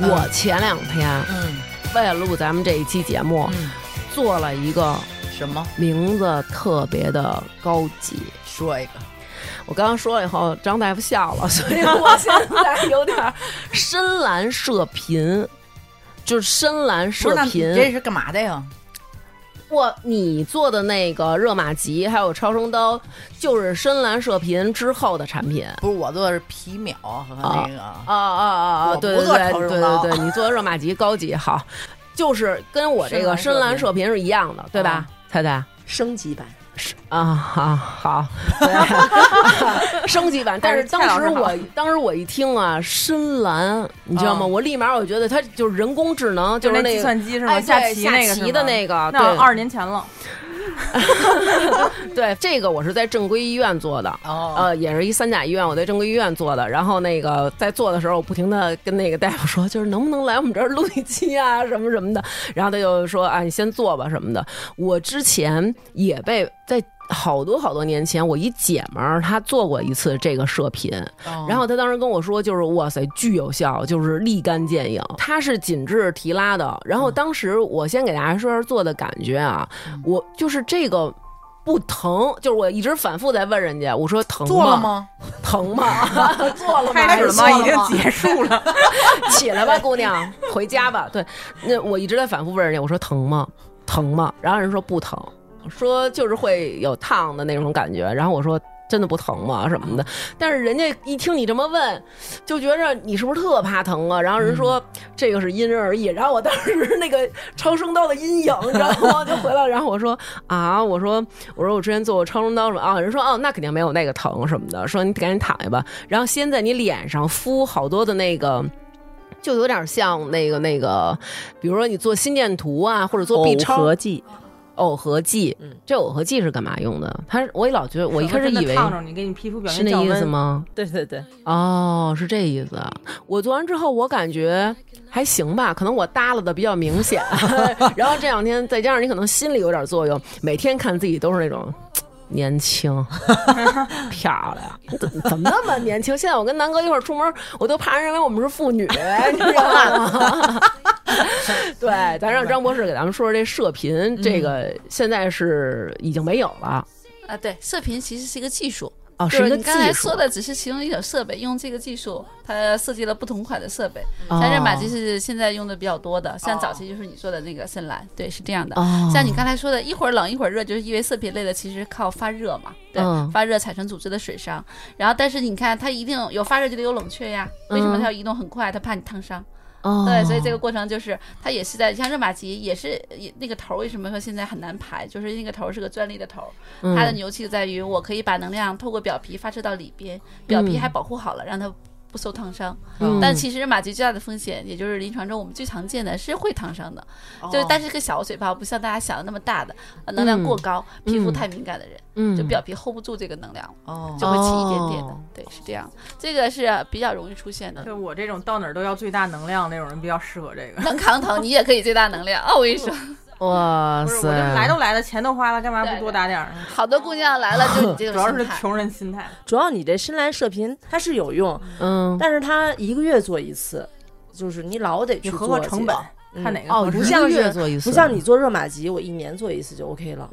我前两天嗯为了录咱们这一期节目，嗯，做了一个什么？名字特别的高级。说一个。我刚刚说了以后，张大夫笑了，所以我现在有点儿深蓝射频，就是深蓝不射是，那你频。这是干嘛的呀？我你做的那个热玛吉还有超声刀，就是深蓝射频之后的产品。不是我做的是皮秒和那个。啊啊啊我啊！不对对做对超对声刀对对，你做的热玛吉高级好，就是跟我这个深深蓝蓝射射频是一样的，对吧？菜菜。升级版。啊，好好，对升级版。但是当时我当时我一听啊，深蓝，你知道吗？嗯我立马我觉得它就是人工智能，就是那那计个。算机是吗？哎，下对棋下那个棋的那那个，那二十年前了，对对，这个我是在正规医院做的，哦，呃，也是一三甲医院，我在正规医院做的。然后那个在做的时候，我不停的跟那个大夫说，就是能不能来我们这儿录一期啊，什么什么的。然后他就说啊，你先做吧什么的。我之前也被在。好多好多年前，我一姐们儿她做过一次这个射频，嗯哦然后她当时跟我说，就是哇塞，巨有效，就是立竿见影。它是紧致提拉的，然后当时我先给大家说说做的感觉啊，我就是这个不疼，就是我一直反复在问人家，我说疼做了？吗？疼吗？做 了开始吗？吗？已经结束了，起来吧，姑娘，回家吧。对，那我一直在反复问人家，我说疼吗？疼吗？然后人说不疼，说就是会有烫的那种感觉。然后我说真的不疼吗？什么的。但是人家一听你这么问，就觉着你是不是特怕疼啊？然后人说、这个是因人而异。然后我当时那个超声刀的阴影，你知道吗？我就回来，然后我说啊，我说我说我之前做过超声刀什么啊？人说哦，那肯定没有那个疼什么的，说你赶紧躺下吧。然后先在你脸上敷好多的那个。就有点像那个那个，比如说你做心电图啊，或者做 B 超合剂，耦合剂嗯，这耦合剂是干嘛用的？它我也老觉得，我一开始真的以为烫着你，给你皮肤表是面那降意思温？吗？对对对，哦，是这意思。我做完之后，我感觉还行吧，可能我耷拉的比较明显。 然后这两天再加上你可能心里有点作用，每天看自己都是那种。年轻， 漂亮，怎怎么那么年轻？现在我跟南哥一块儿出门，我都怕人认为我们是妇女， 你知道吗？ 对，咱让张博士给咱们说说这射频，这嗯个现在是已经没有了啊，对，射频其实是一个技术，哦，就是一个你刚才技术说。的只是其中一种设备，用这个技术，它设计了不同款的设备。哦像热玛吉是现在用的比较多的，像早期就是你说的那个深蓝，对，是这样的。哦像你刚才说的，一会儿冷一会儿热，就是因为射频类的其实靠发热嘛，对，嗯发热产生组织的水伤。然后，但是你看它一定有发热就得有冷却呀，为什么它要移动很快？它怕你烫伤。嗯哦，对，所以这个过程就是，它也是在像热玛吉也是也那个头儿为什么说现在很难排，就是那个头儿是个专利的头儿，嗯它的牛气在于我可以把能量透过表皮发射到里边，表皮嗯还保护好了，让它不受烫伤。嗯但其实热玛吉最大的风险，也就是临床中我们最常见的是会烫伤的，哦就是但是个小水泡不像大家想的那么大的，呃能量过高，皮肤嗯太敏感的人，嗯就表皮 hold 不住这个能量，哦就会起一点点的哦。对，是这样，这个是比较容易出现的。就我这种到哪儿都要最大能量那种人比较适合这个。能扛疼，你也可以最大能量啊！我跟你说，哇 不是，我塞，就来都来了，钱都花了，干嘛对不多打点儿呢？好多姑娘来了就你这 主种要心是态，穷人心态。主要你这深蓝射频它是有用，嗯，哦但是它一个月做一次，就是你老得去你做合合成本去，嗯看哪个哦，合一个适不像是月做一次，不像你做热玛吉，我一年做一次就 OK 了。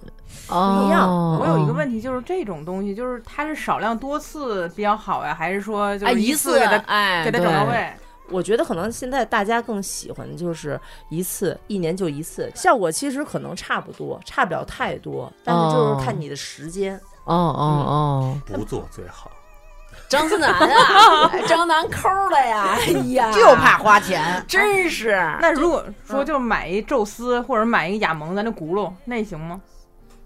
哦，不一样我有一个问题，就是这种东西，就是它是少量多次比较好呀，还是说就哎，是一次给它、哎，给它整到位？我觉得可能现在大家更喜欢的就是一次，一年就一次，效果其实可能差不多，差不了太多，但是就是看你的时间。对。哦哦不做最好。哦，张思楠啊， 张楠抠的呀，哎呀，就怕花钱，真是那如果说就买一宙斯或者买一亚蒙，咱就轱辘，那行吗？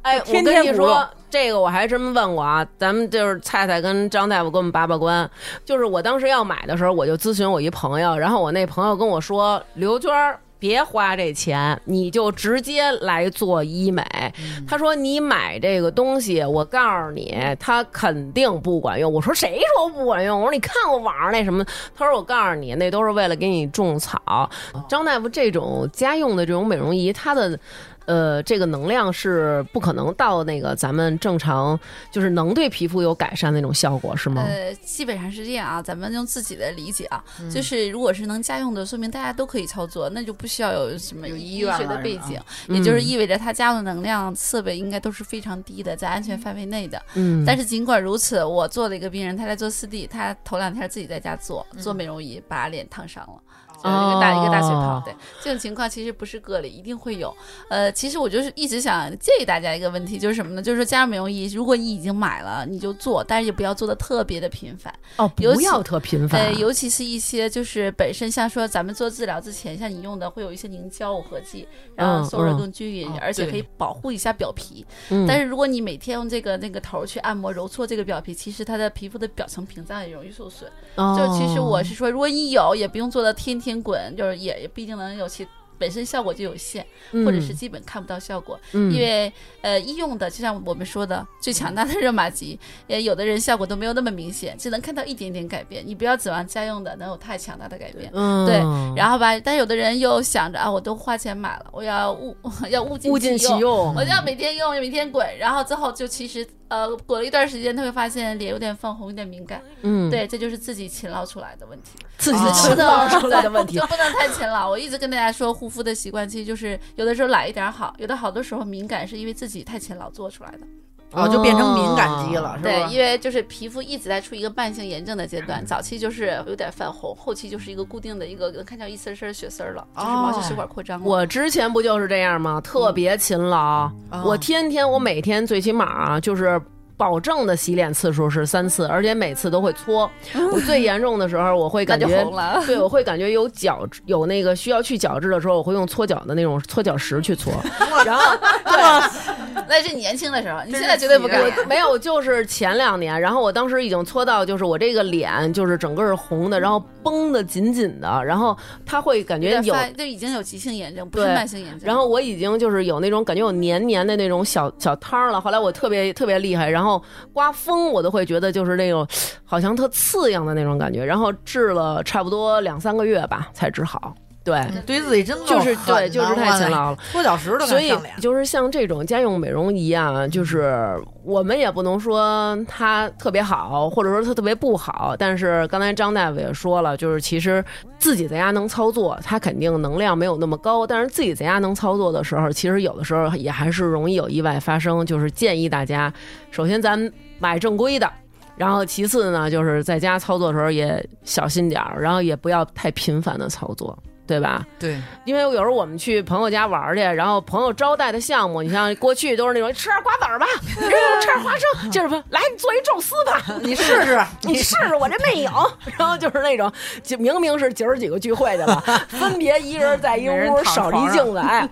哎，我天跟天你鼓说动，这个我还真问过啊，咱们就是菜菜跟张大夫给我们把把关。就是我当时要买的时候，我就咨询我一朋友，然后我那朋友跟我说：“刘娟儿，别花这钱，你就直接来做医美。嗯他说：“你买这个东西，我告诉你，它肯定不管用。”我说：“谁说不管用？”我说：“你看过网上那什么？”他说：“我告诉你，那都是为了给你种草。”张大夫这种家用的这种美容仪，它的呃，这个能量是不可能到那个咱们正常，就是能对皮肤有改善那种效果，是吗？呃，基本上是这样啊，咱们用自己的理解啊，就是如果是能家用的，说明大家都可以操作，那就不需要有什么有医医院学了的是背吧景，也就是嗯意味着它家用能量设备应该都是非常低的，在安全范围内的。嗯，但是是尽管如此，我做了一个病人，他在做四 D，他头两天自己在家做做美容仪，把脸烫伤了。就是哦哦一个大一个大水泡，对这种情况其实不是个例，一定会有。呃，其实我就是一直想建议大家一个问题，就是什么呢？就是说家用美容仪，如果你已经买了，你就做，但是也不要做的特别的频繁。哦，尤不其要特频繁，呃，尤其是一些就是本身像说咱们做治疗之前，像你用的会有一些凝胶耦合剂，然后受热嗯更均匀，哦而且可以对保护一下表皮。嗯但是如果你每天用这个那个头儿去按摩揉搓这个表皮，其实它的皮肤的表层屏障也容易受损。哦就其实我是说，如果你有，也不用做到天天滚，就是也也不一定能有其。本身效果就有限，哦或者是基本看不到效果，嗯因为呃，医用的就像我们说的，最强大的热 玛吉，也有的人效果都没有那么明显，只能看到一点点改变。你不要指望家用的能有太强大的改变。嗯对然后吧，但有的人又想着啊，我都花钱买了，我要物要物尽物尽其其用我，就要每天用，每天滚，然后之后就其实呃，滚了一段时间，他会发现脸有点泛红，有点敏感，嗯，对，这就是自己勤劳出来的问题， 自己就吃不能出来的问题就，不能太勤劳。我一直跟大家说，护肤的习惯其实就是有的时候懒一点好，有的好多时候敏感是因为自己太勤劳做出来的。哦，就变成敏感肌了，是对吧，？因为就是皮肤一直在处于一个慢性炎症的阶段，早期就是有点泛红，后期就是一个固定的一个能看见一丝丝血丝儿了，就是毛细血管扩张了。我之前不就是这样吗？特嗯别勤劳，哦我天天，我每天最起码啊，就是。保证的洗脸次数是三次，而且每次都会搓。我最严重的时候，我会嗯那感就觉红了。对，我会感觉有角质有那个需要去角质的时候，我会用搓脚的那种搓脚石 去搓。然后那是年轻的时候，你现在绝对不敢。我没有，就是前两年，然后我当时已经搓到，就是我这个脸就是整个是红的，然后绷得紧紧的，然后它会感觉有点有。发就已经有急性炎症，不是对慢性炎症。然后我已经就是有那种感觉有黏黏的那种小小汤儿了，后来我特别特别厉害，然后刮风我都会觉得就是那种好像特刺痒的那种感觉，然后治了差不多两三个月吧才治好。对，嗯对自己真的就是对，狠就呐是太勤，哇劳了。塞搓脚石都所敢以上脸，嗯就是像这种家用美容仪啊，就是我们也不能说它特别好，或者说它特别不好。但是刚才张大夫也说了，就是其实自己在家能操作，它肯定能量没有那么高。但是自己在家能操作的时候，其实有的时候也还是容易有意外发生。就是建议大家，首先咱买正规的。然后其次呢，就是在家操作的时候也小心点儿，然后也不要太频繁的操作，对吧？对，因为有时候我们去朋友家玩儿去，然后朋友招待的项目，你像过去都是那种吃点瓜子儿吧，哎呦吃点花生，就是说来你做一宙斯吧，你 试试，你试试我这没有， 然后就是那种，就明明是九十几个聚会去 了，分别一人在一每人屋躺少了一床镜子， 哎。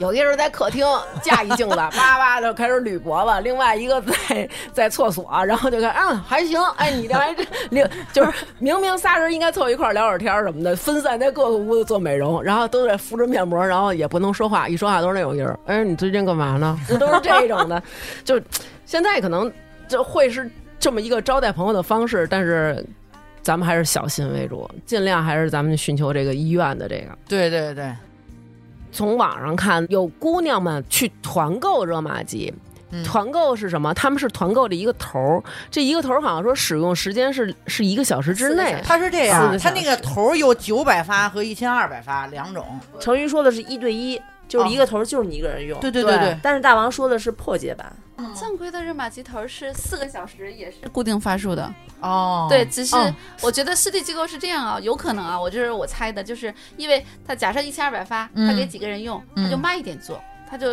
有一人在客厅架一镜子，叭叭就开始捋脖子；另外一个在在厕所，然后就看，嗯，还行，哎，你这还这，另就是明明仨人应该凑一块儿聊会儿天儿什么的，分散在各个屋子做美容，然后都在敷着面膜，然后也不能说话，一说话都是那种音儿。哎，你最近干嘛 呢？就都是这种的，就现在可能就会是这么一个招待朋友的方式，但是咱们还是小心为主，尽量还是咱们寻求这个医院的这个。对对对，从网上看，有姑娘们去团购热玛吉。嗯团购是什么？他们是团购的一个头儿，这一个头儿好像说使用时间是是一个小时之四个内小时，它是这四样，个它小那个时头儿有九百发和一千二百发两种。成瑜说的是一对一，就是一个头儿就是你一个人用。对对对对，但是大王说的是破解版，嗯正规的热玛吉头是四个小时，也是固定发数的。哦，对，，只是哦我觉得私立机构是这样啊，有可能啊，我就是我猜的，就是因为他假设一千二百发，他给嗯几个人用，嗯他就慢一点做，他就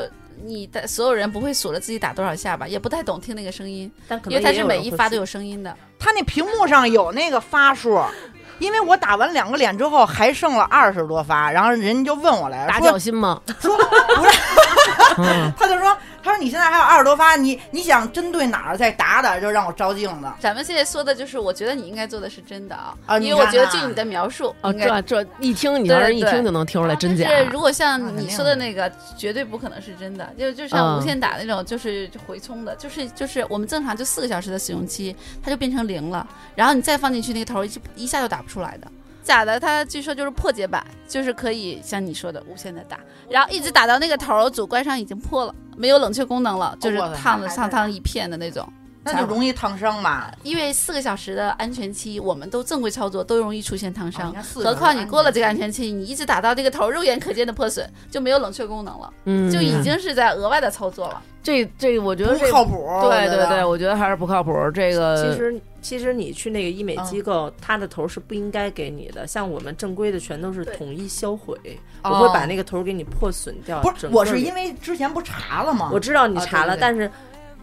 你的所有人不会数了自己打多少下吧，也不太懂听那个声音，但可因能为他也是有人每一会发去都有声音的。它那屏幕上有那个发数。因为我打完两个脸之后还剩了二十多发，然后人家就问我来打说脚心吗？说不是，嗯，他就说：“他说你现在还有二十多发，你你想针对哪儿再打打，就让我照镜子。咱们现在说的就是，我觉得你应该做的是真的啊，啊你因为我看觉得看据你的描述，哦，应该这这一听，你让人一对对听就能听出来真假。但是如果那像肯你定说的那个，绝对不可能是真的。就就像嗯无线打那种，就是回充的，就是就是我们正常就四个小时的使用期，它就变成零了，然后你再放进去那个头儿，就一下就打不出来的。假的，它据说就是破解版，就是可以像你说的无限的打，然后一直打到那个头儿主观上已经破了，没有冷却功能了，就是哦我的烫妈了呀烫烫一片的那种。那就容易烫伤吧？因为四个小时的安全期，我们都正规操作都容易出现烫哦伤你看，四个何况你过了这个安安全期，你一直打到这个头，肉眼可见的破损就没有冷却功能了，嗯，就已经是在额外的操作了。这这，我觉得不这靠谱。我对觉对得对，，我觉得还是不靠谱。这个其实其实你去那个医美机构，它的头是不应该给你的，像我们正规的全都是对统一销毁，哦我会把那个头给你破损掉。不是整个我是给因为之前不查了吗？我知道你啊对查了，对对但是。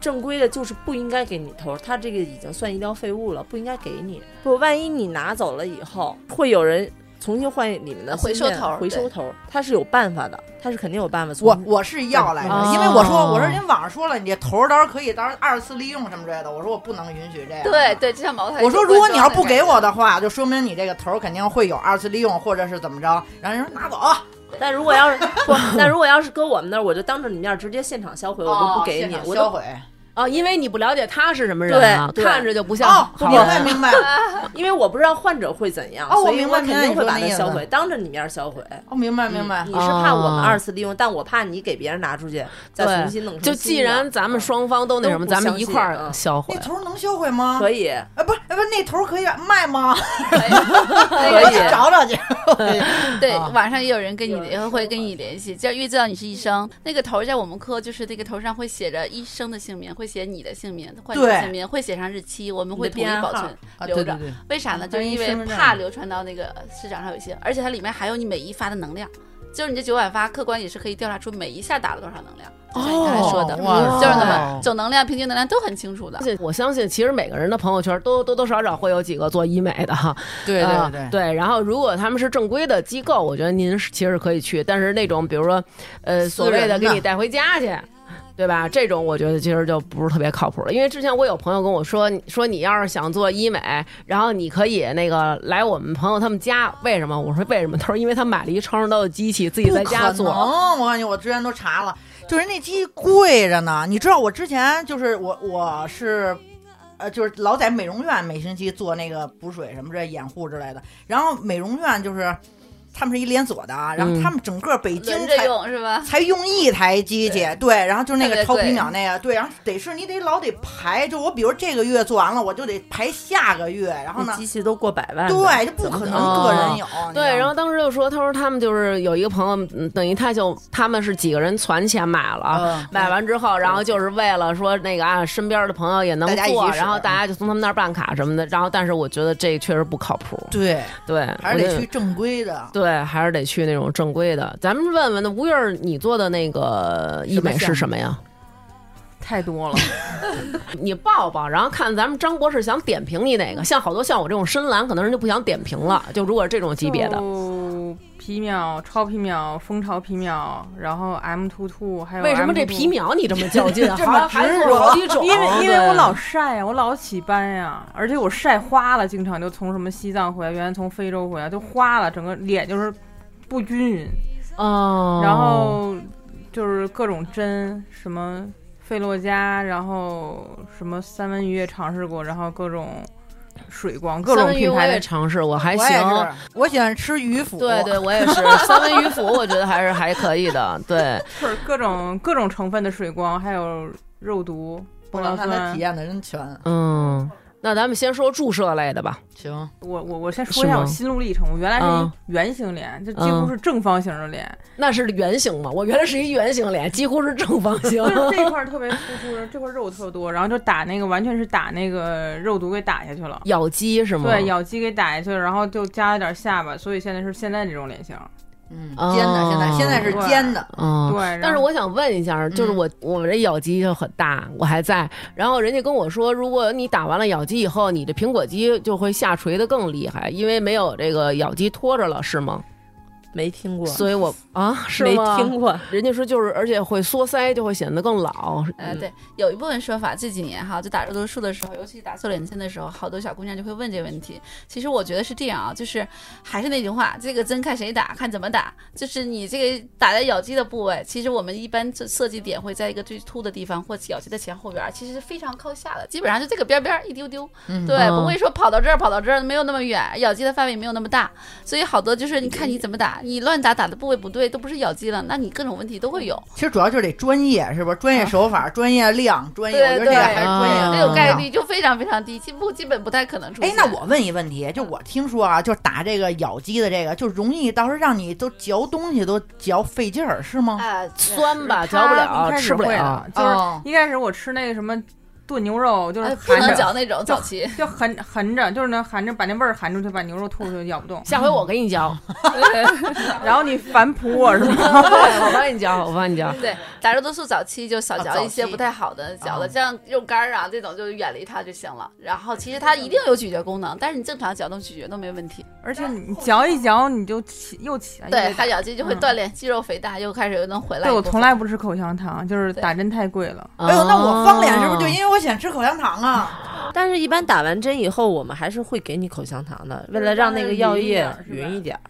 正规的就是不应该给你头，它这个已经算医疗废物了，不应该给你。不，万一你拿走了以后，会有人重新换你们的回芯片收头儿回收对头儿，它是有办法的，它是肯定有办法。我我是要来哦着，因为我说我说人网上说了，你这头儿到时候可以到时候二次利用什么之类的，我说我不能允许这样。对。对，就像茅台。我说，如果你要不给我，的话，就说明你这个头儿肯定会有二次利用，或者是怎么着。然后人说拿走，但如果 要是不，但如果要是搁我们那儿，我就当着你面儿直接现场销毁，我都不给你哦，我销都毁。啊，因为你不了解他是什么人啊，对对看着就不像哦，好明白人。明白。因为我不知道患者会怎样，哦我所以明白我肯定会把它明白销你说那毁，意当着你面儿销毁。哦，明白明白你。是怕我们哦二次利用，但我怕你给别人拿出去再重新弄成新的。就既然咱们双方都那什么，嗯都不咱相信们一块儿嗯销毁那。头儿能销毁吗？可以，啊，不是，哎不是，那头儿可以卖吗？可我以得 找找 去。 对，啊网上也有人跟你联会跟你联系，就要预知到你是医生。那个头儿在我们科就是那个头上会写着医生的姓名，会写你的姓名、患者对的姓名，会写上日期，我们会统一保存留着。啊对，嗯为啥呢？就是万一因为身份证怕流传到那个市场上有一些，而且它里面还有你每一发的能量，就是你这九百发，客观也是可以调查出每一下打了多少能量。就像你刚才说的，哦哇塞就是那么总能量、平均能量都很清楚的而。且我相信，其实每个人的朋友圈都多多少少会有几个做医美的哈， 对啊对对对。然后，如果他们是正规的机构，我觉得您是其实可以去。但是那种比如说，呃，所谓私的人给的你带回家去，对吧？这种我觉得其实就不是特别靠谱了。因为之前我有朋友跟我说，你说你要是想做医美，然后你可以那个来我们朋友他们家，为什么？我说为什么？他说因为他买了一超声刀的机器，自己不在可家能！做。我感觉我之前都查了，就是那机贵着呢。你知道我之前就是我我是。呃，就是老在美容院每星期做那个补水什么这眼护之类的，然后美容院就是他们是一连锁的啊，然后嗯他们整个北京轮着才用是吧？才用一台机器，对，然后就是那个对对超皮对秒那个，对，然后得是你得老得排，就我比如这个月做完了，我就得排下个月，然后那呢，机器都过百万的，对，就不怎么可弄能个人有，你知道哦对，然吗后当时就说，他说他们就是有一个朋友，嗯等于他就他们是几个人攒钱买了，啊嗯买完之后，然后就是为了说那个啊，身边的朋友也能大家一起做，使然后大家就从他们那儿办卡什么的。然后，但是我觉得这确实不靠谱，对，对，还是我得就去。正规的。对，还是得去那种正规的。咱们问问那吴月儿，你做的那个医美是什么呀？太多了。你报报，然后看咱们张博士想点评你哪个。像好多像我这种深蓝，可能人就不想点评了。就如果是这种级别的，就哦皮秒、超皮秒、蜂巢皮秒，然后 M 突突，还有为什么这 M22 皮？秒你这么较 劲？啊这么好还执做着好几种，啊因为因为对我老晒呀，我老起斑呀，而且我晒花了，经常就从什么西藏回来，原来从非洲回来就花了，整个脸就是不均匀，哦，然后就是各种针，什么费洛嘉，然后什么三文鱼也尝试过，然后各种水光，各三种文鱼品我牌也的尝试，我还我也行。是， 我喜欢吃鱼腐，对对，，我也是三文鱼腐，我觉得还是还可以的。对，是各种各种成分的水光，还有肉毒、不玻能尿让他酸体。啊验的真全。嗯，那咱们先说注射类的吧。行，我我我先是说一下吗我心路历程。我原来是嗯一圆形脸，就几乎嗯是正方形 的脸，那是圆形嘛？我原来是一圆形脸，几乎是正方形就。是这块儿特别突出，这块儿肉特多，然后就打那个完全是打那个肉毒给打下去了。咬肌是吗？对，咬肌给打下去，然后就加了点下巴，所以现在是现在这种脸型。嗯，哦煎的现在现在是煎的，嗯。对，然但是后我想问一下，就是我、我这咬肌就很大，我还在。然后人家跟我说，如果你打完了咬肌以后，你的苹果肌就会下垂的更厉害，因为没有这个咬肌拖着了，是吗？没听过，所以我啊，是没吗？听过。人家说就是，而且会缩腮，就会显得更老。呃，对，有一部分说法，这几年哈，就打肉毒术的时候，尤其打瘦脸针的时候，好多小姑娘就会问这个问题。其实我觉得是这样啊，就是还是那句话，这个针看谁打，看怎么打。就是你这个打在咬肌的部位，其实我们一般就设计点会在一个最凸的地方或咬肌的前后边儿，其实是非常靠下的，基本上就这个边儿边儿一丢丢。嗯对，嗯不会说跑到这儿跑到这儿，没有那么远，咬肌的范围没有那么大。所以好多就是你看你怎么打，你乱打打的部位不对，都不是咬肌了，那你各种问题都会有。其实主要就是得专业，是不是？专业手法、专业量、专业，我对觉得这个对还是专业啊更这种重要概率就非常非常低，几乎基本不太可能出现。哎，那我问一问题，就我听说啊，就是打这个咬肌的这个，就容易到时候让你都嚼东西都嚼费劲儿，是吗？啊， 酸吧，他嚼不了一，开吃始不会的了。啊。就是哦一开始我吃那个什么炖牛肉，就是哎不含能着，嚼那种早期。就含含着，就是能含着把那味儿含出去，把牛肉吐出去，咬不 动下回我给你嚼，然后你反哺我是吗？ 对我帮你嚼，我帮你 嚼。对，打肉毒素早期就少啊嚼早一些期不太好的嚼啊的，这样肉干儿啊这种就远离它就行了。然后其实它一定有咀嚼功能，但是你正常嚼动咀嚼都没问题。而且你嚼一嚼你就起又起来。又对，得打它咬肌就会嗯锻炼肌肉肥大，又开始又能回来一对部我分。从来不吃口香糖，就是打针太贵了。哎哎呦，那我方脸是不是就因为我喜欢吃口香糖啊？ 但是，一般打完针以后，我们还是会给你口香糖的，为了让那个药液匀一点儿。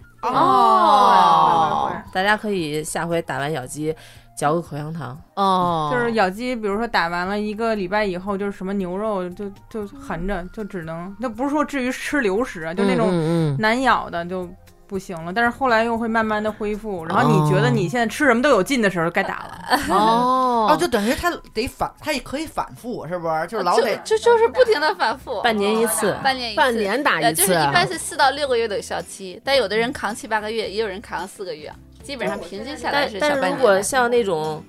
哦对对对大家可以下回打完咬肌嚼个口香糖。哦，就是咬肌，比如说打完了一个礼拜以后，就是什么牛肉就就含着，就只能，那不是说至于吃流食啊，就那种嗯嗯嗯难咬的就不行了。但是后来又会慢慢的恢复，然后你觉哦得你现在吃什么都有劲的时候，该打了。嗯哦哦，就等于它得反，它也可以反复，是不是？就是老得啊就就是不停的反复，哦半年一次半年一次，半年打呃一就是次，啊一般是四到六个月的有效期，但有的人扛七八个月，也有人扛四个月，基本上平均下来但是小但半是年。如果像那种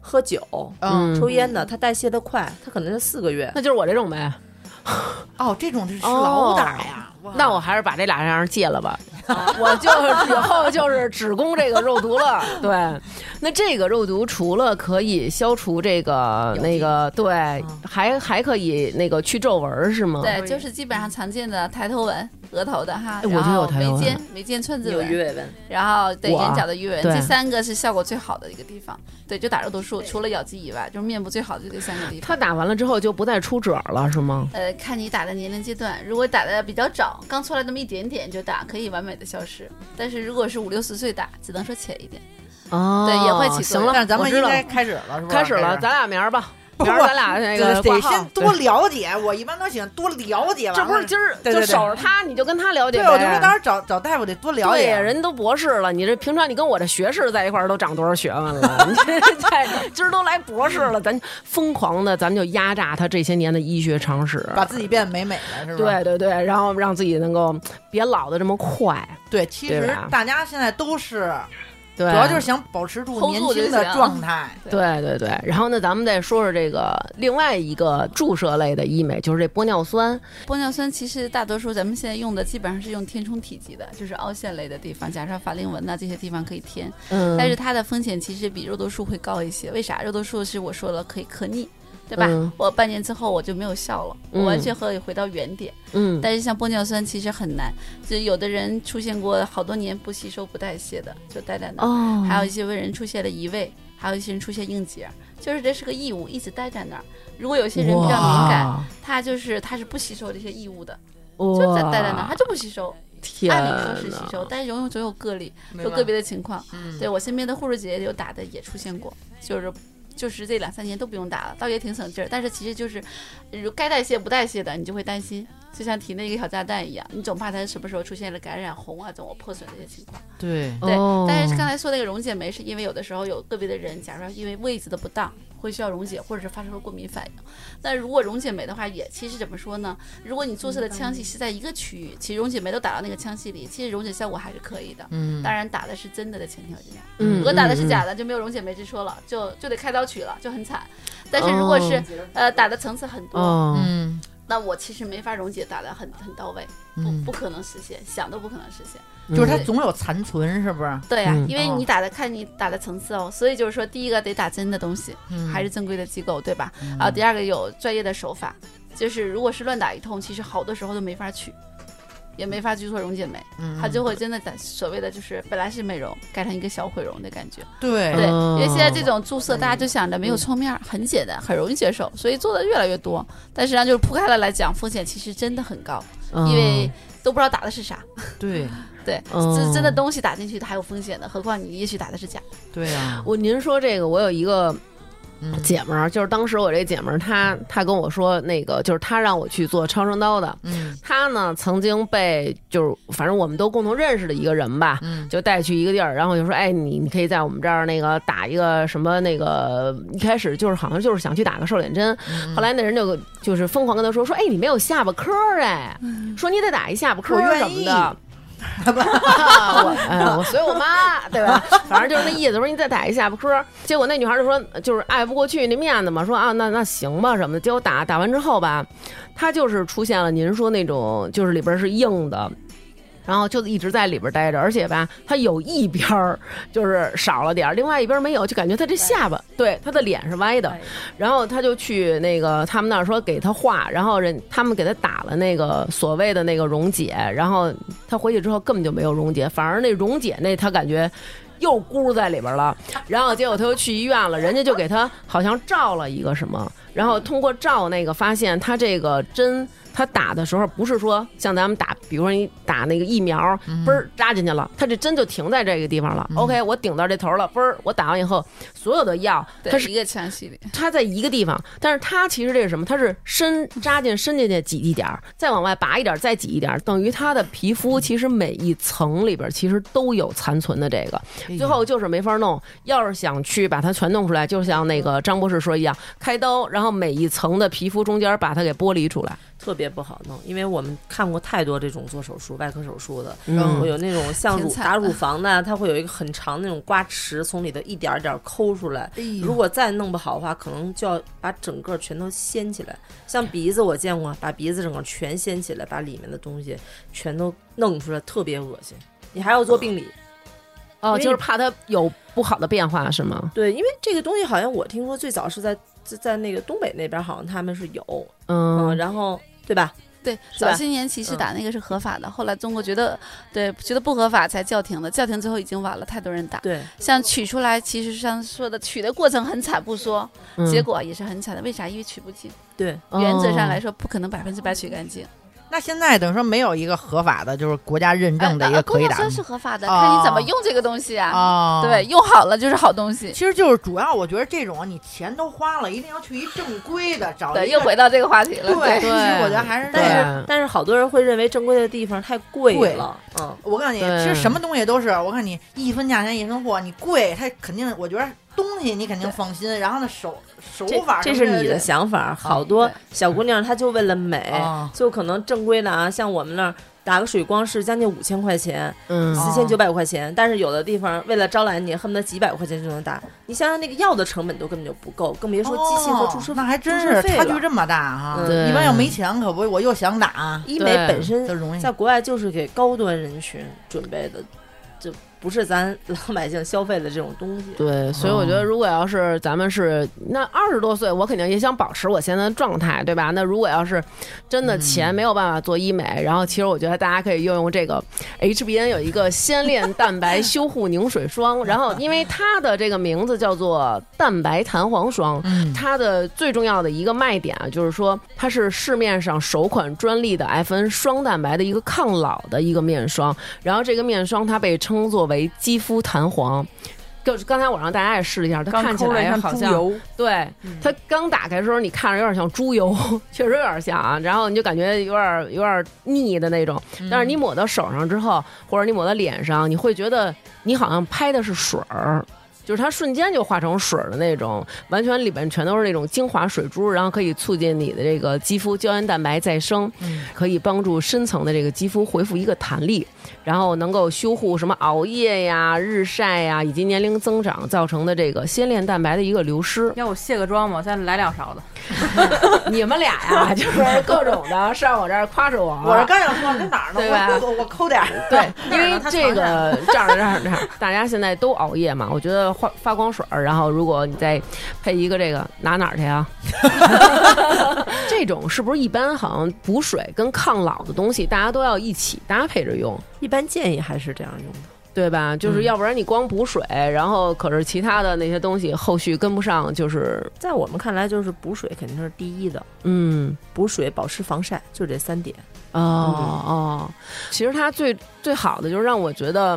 喝酒、嗯抽烟的，它代谢的快，它可能是四个月。那就是我这种呗。哦，这种是是老打呀。哇那我还是把这俩样戒了吧，啊我就以后就是只攻这个肉毒了。 对，那这个肉毒除了可以消除这个那个，对，还还可以那个去皱纹儿是吗？嗯对，就是基本上常见的抬头纹、额头的哈，哎我然就有后抬眉头纹间、眉间寸字有鱼纹，尾纹，然后对我啊眼角的鱼纹，对这三个是效果最好的一个地方。对，就打肉毒术，除了咬肌以外，就是面部最好的就这三个地方。他打完了之后就不再出褶儿了是吗？呃，看你打的年龄阶段，如果打的比较早，刚出来那么一点点就打，可以完美的消失。但是如果是五六十岁打，只能说浅一点。哦，对也会起作行用了，但是咱我们知应道该开始了，是不是？开始了，这咱是俩明儿吧。明儿咱俩那个对挂得号先多了解。我一般都喜欢多了解对这完了。不是今儿对就对对守着他，你就跟他了解对，呗。我就说当时找找大夫得多了对解。呀，人都博士了，你这平常你跟我这学士在一块儿都长多少学问 了？你这在今儿都来博士了，咱哎疯狂的，咱们就压榨他这些年的医学常识。把自己变得美美的，是吧？对对对，然后让自己能够别老的这么快，对，其对实吧大家现在都是，对，主要就是想保持住 Hold 年住就轻的行状态。对对对，然后呢，咱们再说说这个另外一个注射类的医美，就是这玻尿酸。玻尿酸其实大多数咱们现在用的基本上是用填充体积的，就是凹陷类的地方，假设法令纹呐、这些地方可以填，嗯，但是它的风险其实比肉毒素会高一些。为啥？肉毒素是我说了可以可逆，对吧？嗯我半年之后我就没有效了，我完全可以回到原点。嗯，但是像玻尿酸其实很难，就有的人出现过好多年不吸收不代谢的，就待在那儿。哦，还有一些为人出现了移位，还有一些人出现硬结，就是这是个异物，一直待在那儿。如果有些人比较敏感，他就是他是不吸收这些异物的，哇，就在待在那儿，他就不吸收。天按理说是吸哪收，但是永远总有个例，明有白嗯个别的情况。对我身边的护士姐姐有打的也出现过，就是。就是这两三年都不用打了，倒也挺省劲儿。但是其实就是，如该代谢不代谢的，你就会担心，就像体内一个小炸弹一样，你总怕它什么时候出现了感染、红啊、怎么破损这些情况。对对，哦但是刚才说那个溶解酶，是因为有的时候有个别的人，假如说因为位置的不当，会需要溶解，或者是发生了过敏反应。那如果溶解酶的话，也其实怎么说呢？如果你注射的腔隙是在一个区域，其实溶解酶都打到那个腔隙里，其实溶解效果还是可以的。嗯当然打的是真的的前提条件下，嗯如果打的是嗯假的，就没有溶解酶之说了，就就得开刀取了，就很惨。但是如果是、哦呃打的层次很多，哦，嗯，那我其实没法溶解，打的很很到位，不嗯不可能实现，想都不可能实现。就是它对总有残存，是不是？对呀、嗯因为哦你打的看你打的层次哦，所以就是说，第一个得打真的东西，嗯还是正规的机构，对吧？啊，第二个有专业的手法，就是如果是乱打一通，其实好多时候都没法取，也没法去做溶解酶，嗯它就会真的打所谓的就是本来是美容，改成一个小毁容的感觉。嗯对对，哦因为现在这种注射，大家就想着没有冲面儿，很简单，很容易接受，所以做的越来越多。但实际上就是铺开了来讲，风险其实真的很高，因为都不知道打的是啥。对对，哦这真的东西打进去它还有风险的，何况你也许打的是假。对啊 呀，我您说这个，我有一个嗯姐们儿，就是当时我这姐们儿，她她跟我说，那个就是她让我去做超声刀的，嗯她呢曾经被就是反正我们都共同认识的一个人吧，嗯就带去一个地儿，然后就说，哎，你你可以在我们这儿那个打一个什么那个，一开始就是好像就是想去打个瘦脸针，嗯后来那人就就是疯狂跟她说说，哎，你没有下巴颏儿哎，说你得打一下巴颏我儿嗯愿什么意 的。啊我哎呀，我随我妈，对吧？反正就是那意思，说你再打一下巴颏儿。结果那女孩就说，就是爱不过去那面子嘛，说啊，那那行吧什么的。结果打打完之后吧，她就是出现了您说那种，就是里边是硬的。然后就一直在里边待着，而且吧，她有一边儿就是少了点儿，另外一边儿没有，就感觉她这下巴，对，她的脸是歪哎的。然后她就去那个他们那儿说给她画，然后人他们给她打了那个所谓的那个溶解，然后她回去之后根本就没有溶解，反而那溶解那她感觉。又箍在里边了，然后结果她又去医院了，人家就给她好像照了一个什么，然后通过照那个发现她这个针，她打的时候不是说像咱们打，比如说你打那个疫苗，嘣儿扎进去了，她这针就停在这个地方了。OK，我顶到这头了，嘣儿我打完以后，所有的药对，它是一个腔隙里，它在一个地方，但是它其实这是什么？它是深扎进深进去挤一点儿，再往外拔一点儿，再挤一点儿，等于它的皮肤其实每一层里边儿其实都有残存的这个，最后就是没法弄。要是想去把它全弄出来，就像那个张博士说一样，开刀，然后每一层的皮肤中间把它给剥离出来。特别不好弄，因为我们看过太多这种做手术、外科手术的，嗯我有那种像挺乳惨打的乳房的，它会有一个很长那种刮池，从里头一点儿一点儿抠出来。哎呦如果再弄不好的话，可能就要把整个全都掀起来。像鼻子，我见过，把鼻子整个全掀起来，把里面的东西全都弄出来，特别恶心。你还要做病理，哦，因为就是怕它有不好的变化是吗？对，因为这个东西好像我听说最早是在在在那个东北那边，好像他们是有，嗯，嗯，然后对吧？对，是吧早些年其实嗯打那个是合法的，后来中国觉得对觉得不合法才叫停的，叫停之后已经晚了，太多人打。对，像取出来，其实像说的取的过程很惨不说，嗯哦结果也是很惨的。为啥？因为取不净，对，原则上来，说不可能百分之百取干净。嗯那现在等于说没有一个合法的，就是国家认证的一个可以打啊啊、是合法的，哦看你怎么用这个东西啊。啊，对，。用好了就是好东西。其实就是主要，我觉得这种你钱都花了，一定要去一正规的找对，一又个回到这个话题了。对，其实对我觉得还是对但是但是好多人会认为正规的地方太贵贵了，嗯，我告诉你，对其实什么东西都是，我看你一分价钱一分货，你贵，它肯定，我觉得东西你肯定放心，然后呢手手这法这什是么你的想法。好多对小姑娘她就为了美，啊就可能正规的啊，像我们那儿打个水光是将近五千块钱，嗯哦四千九百块钱，但是有的地方为了招揽你，恨不得几百块钱就能打。你想想那个药的成本都根本就不够，更别说机器和注射哦那还真注射是费差距了这么大哈、嗯对一般要没钱可不，我又想打，医美对本身就容易在国外就是给高端人群准备的，就不是咱 老百姓消费的这种东西。对，所以我觉得，如果要是咱们是那二十多岁，我肯定也想保持我现在的状态，对吧？那如果要是真的钱没有办法做医美，然后其实我觉得大家可以用用这个 HBN 有一个鲜恋蛋白修护凝水霜，然后因为它的这个名字叫做蛋白弹簧霜，嗯它的最重要的一个卖点啊，就是说它是市面上首款专利的 FN 双蛋白的一个抗老的一个面霜，然后这个面霜它被称作为肌肤弹簧。就是刚才我让大家也试了一下，它刚看起抠了一来下好猪像油，对它刚打开的时候，你看着有点像猪油， 确实有点像啊。然后你就感觉有点有点腻的那种，但是你抹到手上之后，或者你抹到脸上，你会觉得你好像拍的是水儿。就是它瞬间就化成水儿的那种，完全里边全都是那种精华水珠，然后可以促进你的这个肌肤胶原蛋白再生，可以帮助深层的这个肌肤恢复一个弹力，然后能够修护什么熬夜呀、日晒呀，以及年龄增长造成的这个先练蛋白的一个流失。要我卸个妆吗？再来两勺子。你们俩呀、 就是各种的上我这儿夸着我，我是刚想说这哪儿呢？对吧我我我抠点儿，对，因为他这个 这样这样这样，大家现在都熬夜嘛，我觉得发发光水儿，然后如果你再配一个这个，拿哪儿去啊？ 这种是不是一般好像补水跟抗老的东西，大家都要一起搭配着用？一般建议还是这样用的。对吧？嗯就是要不然你光补水，然后可是其他的那些东西后续跟不上，就是在我们看来，就是补水肯定是第一的，嗯，补水、保湿、防晒就这三点。哦哦，其实它最最好的就是让我觉得，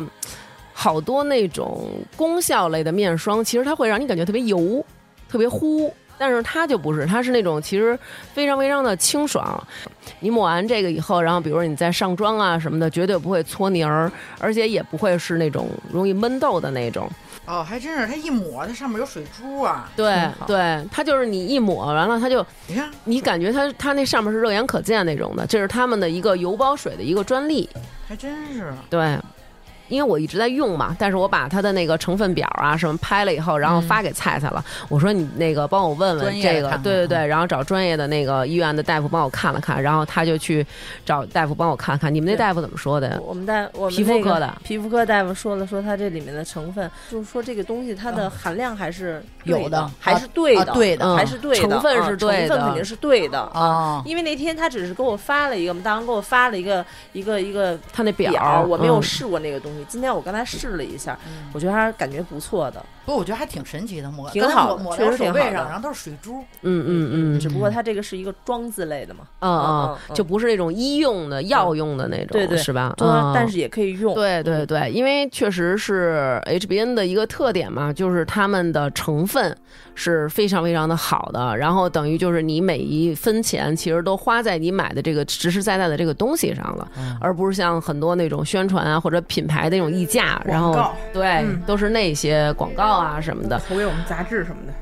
好多那种功效类的面霜，其实它会让你感觉特别油，特别糊。但是它就不是，它是那种其实非常非常的清爽。你抹完这个以后，然后比如你再上妆啊什么的，绝对不会搓泥儿，而且也不会是那种容易闷痘的那种。哦，还真是，它一抹它上面有水珠啊，对真好对，它就是你一抹完了，它就你看，你感觉它它那上面是肉眼可见那种的，这是他们的一个油包水的一个专利。还真是，对，因为我一直在用嘛，但是我把它的那个成分表啊什么拍了以后，然后发给菜菜了。我说你那个帮我问专问业这的个看，看对对对，然后找专业的那个医院的大夫帮我看了看，然后他就去找大夫帮我看看。你们那对大夫怎么说的呀？我们大我们皮肤那个科的皮肤科大夫说了，说它这里面的成分，嗯就是说这个东西它的含量还是对有的还是对啊的，对的嗯还是对的，成分是啊对的成分肯定是对的啊。哦，因为那天他只是给我发了一个，我们当时给我发了一个一个一个他那表表，我没有嗯试过那个东西。今天我刚才试了一下，嗯我觉得还是感觉不错的，不过我觉得还挺神奇的，抹挺刚才好抹的抹确到实手挺背好的上，然后都是水珠，嗯嗯嗯只不过它这个是一个妆字类的嘛，嗯嗯，嗯就不是那种医用的、药用的那种，对对是吧？妆但嗯是也可以用。对对对，因为确实是 HBN 的一个特点嘛，就是它们的成分是非常非常的好的，然后等于就是你每一分钱其实都花在你买的这个实实在在的这个东西上了，而不是像很多那种宣传啊或者品牌的那种溢价，然后告对、嗯都是那些广告啊什么的，投给我们杂志什么的。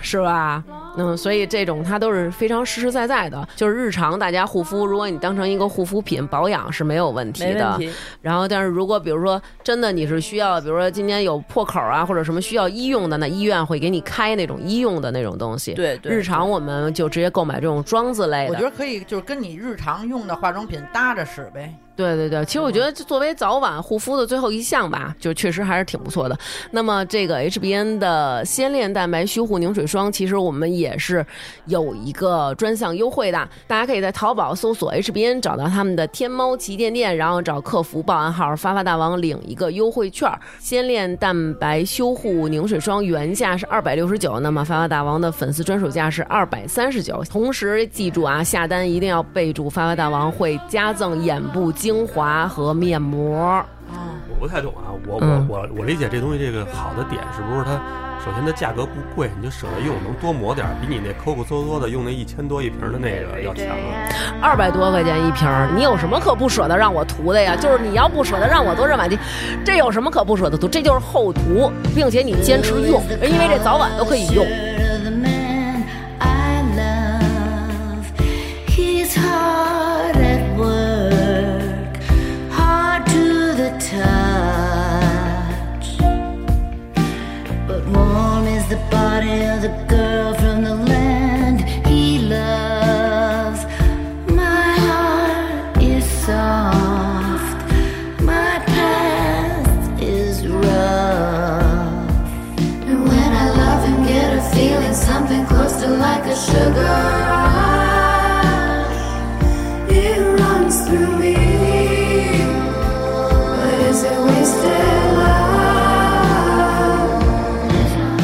是吧？嗯，所以这种它都是非常实实在在的，就是日常大家护肤，如果你当成一个护肤品保养是没有问题没的问。题，然后，但是如果比如说真的你是需要，比如说今天有破口啊，或者什么需要医用的，那医院会给你开那种医用的那种东西。，对对，嗯日常我哎们就直接购买这种妆子类的。嗯我觉得可以，就是跟你日常用的化妆品搭着使呗。对对对对，其实我觉得这作为早晚护肤的最后一项吧，就确实还是挺不错的。那么这个 HBN 的鲜恋蛋白修护凝水霜，其实我们也是有一个专项优惠的，大家可以在淘宝搜索 HBN，找到他们的天猫旗舰店，然后找客服报暗号“发发大王”领一个优惠券儿。鲜恋蛋白修护凝水霜原价是二百六十九，那么发发大王的粉丝专属价是二百三十九。同时记住啊，下单一定要备注“发发大王”，会加赠眼部精华和面膜。我不太懂啊，我我嗯我我理解这东西这个好的点是不是它首先它价格不贵，你就舍得用，能多抹点儿，比你那抠抠搜搜的用那一千多一瓶的那个要强啊。二百多块钱一瓶儿，你有什么可不舍得让我涂的呀？就是你要不舍得让我涂热玛吉，这有什么可不舍得涂？这就是厚涂，并且你坚持用，因为这早晚都可以用。 The man I love, he's hard at work, hard to the touch, but warm is the body of the girl from the land he loves. My heart is soft, my past is rough. And when I love him, get a feeling something close to like a sugar rush. It runs through me, but is it wasted love?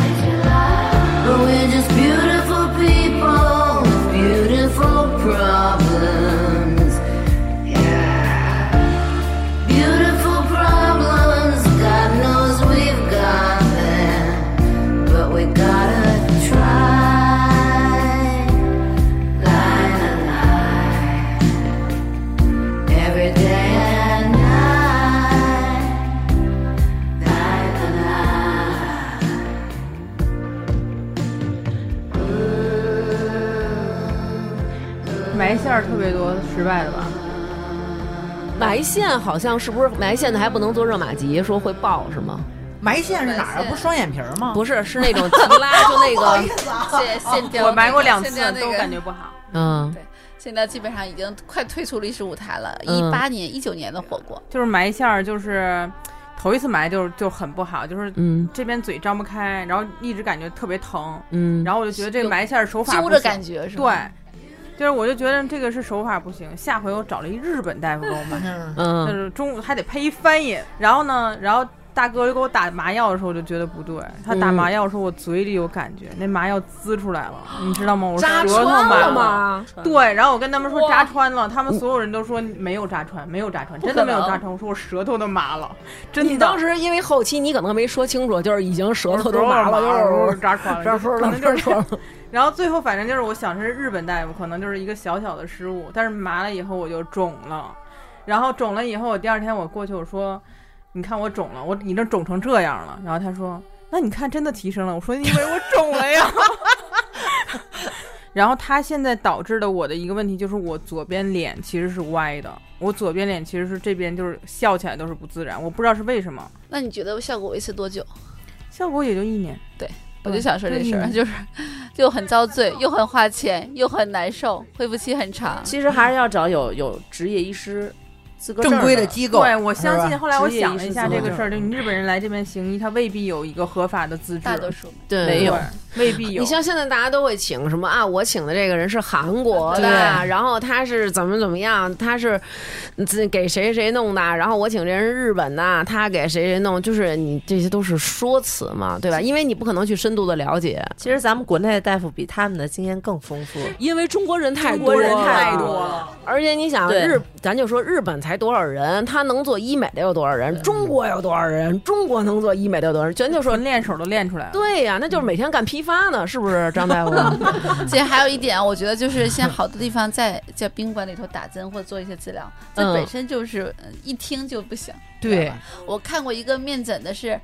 But we're just beautiful people with beautiful problems. Beautiful problems, God knows we've got them. But we gotta try. Line a line. Every day and night. Line a line. 埋线儿特别多失败的吧？埋线好像是不是埋线的还不能做热玛吉，说会爆是吗？埋线是哪儿啊？不是双眼皮儿吗？ 不是，是那种提拉，就那个，嗯线线雕，我埋过两次线雕那个都感觉不好。嗯，现在基本上已经快退出历史舞台了。一嗯八年、一九年的火过，就是埋线儿，就是头一次埋就是就很不好，就是嗯这边嘴张不开，然后一直感觉特别疼，嗯，然后我就觉得这有埋线儿手法揪不着行感觉是对吧？。就是我就觉得这个是手法不行，下回我找了一日本大夫给我买，嗯，嗯，就是中午还得配一翻译。然后呢，然后大哥给我打麻药的时候，我就觉得不对。他打嗯麻药的时候，我嘴里有感觉，那麻药滋出来了，你知道吗？我舌扎头穿麻了？吗？对，然后我跟他们说哇扎穿了，他们所有人都说没有扎穿，没有扎穿，不可真的没有能扎穿。我说我舌头都麻了，真的。你当时因为后期你可能没说清楚，就是已经舌头都麻了，我就说是扎穿了，这就时候可能就是说，然后最后反正就是我想是日本大夫，可能就是一个小小的失误，但是麻了以后我就肿了，然后肿了以后我第二天我过去我说，你看我肿了，我你这肿成这样了，然后他说，那你看真的提升了，我说因为我肿了呀。然后他现在导致的我的一个问题就是我左边脸其实是歪的，我左边脸其实是这边就是笑起来都是不自然，我不知道是为什么，那你觉得效果维持多久？效果也就一年。我对就想说这事儿，嗯就是又很遭罪，又很花钱，又很难受，恢复期很长。其实还是要找有有职业医师资格证正规的机构，对，我相是信。吧后来我职业想医了师一下资这格个事儿，就证你日本人来这边行医，他未必有一个合法的资质，大多数 对没有对，未必有。你像现在大家都会请什么啊？我请的这个人是韩国的，对然后他是怎么怎么样，他是自给谁谁弄的，然后我请这人是日本的，他给谁谁弄，就是你这些都是说辞嘛，对吧？因为你不可能去深度的了解，其实咱们国内的大夫比他们的经验更丰富，因为中国人太中国人太多多了。了，而且你想对日，咱就说日本才多少人，他能做医美的有多少人？中国有多少人？中国能做医美的有多少人？咱就说纯。练手都练出来了。对呀、那就是每天干批发呢，是不是张 大夫？其实还有一点，啊我觉得就是现在好多地方在在宾馆里头打针或做一些治疗，这嗯本身就是呃一听就不行。对，我看过一个面诊的是，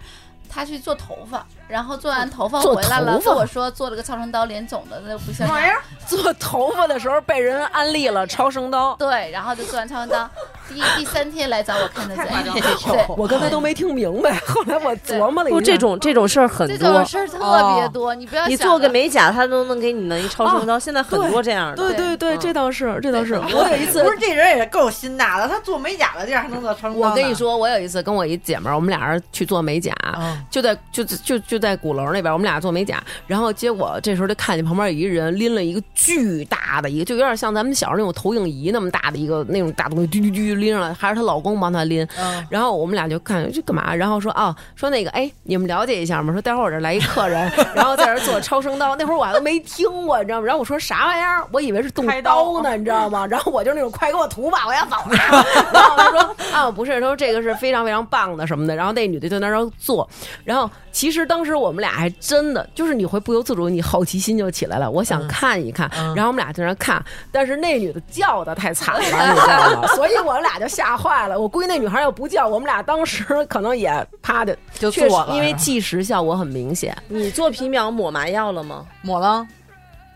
他去做头发，然后做完头发做回来了，头发跟我说做了个超声刀，脸肿的那不像样。做头发的时候被人安利了超声刀，对，然后就做完超声刀，第第三天来找我看的太夸诊张，对，我刚才都没听明白，后来我琢磨了一下，不，这种这种事儿很这多种。事儿特别多，你不要你想做个了美甲，他都能给你弄一超哦声刀。现在很多这样的，对对对，嗯这倒是这倒是，对我有一次不是这人也够心大的，他做美甲的地儿还能做成功。我跟你，说，我有一次跟我一姐们儿，我们俩人去做美甲，啊就在就就就在鼓楼那边，我们俩做美甲，然后结果这时候就看见旁边有一人拎了一个巨大的一个，就有点像咱们小时候那种投影仪那么大的一个那种大东西，嘟嘟嘟拎上来，还是她老公帮她拎，嗯然后我们俩就看这干嘛，然后说啊，说那个哎，你们了解一下吗？说待会儿我这来一客人， 然后在这儿做超声刀，那会儿我还都没听过，你知道吗？然后我说啥玩意儿？我以为是动开刀刀呢，你知道吗？然后我就那种快给我涂吧，我要走了。 然后他说啊，不是，他说这个是非常非常棒的什么的。然后那女的就在那儿做，然后其实当时我们俩还真的就是你会不由自主，你好奇心就起来了，我嗯想看一看。然后我们俩在那儿看，但是那女的叫的太惨了，你知道 吗？所以我们俩就吓坏了。我估计那女孩要不叫，我们俩当时可能也啪的就确实做了，因为即时效果很明显。你做皮秒抹麻药了吗？抹了，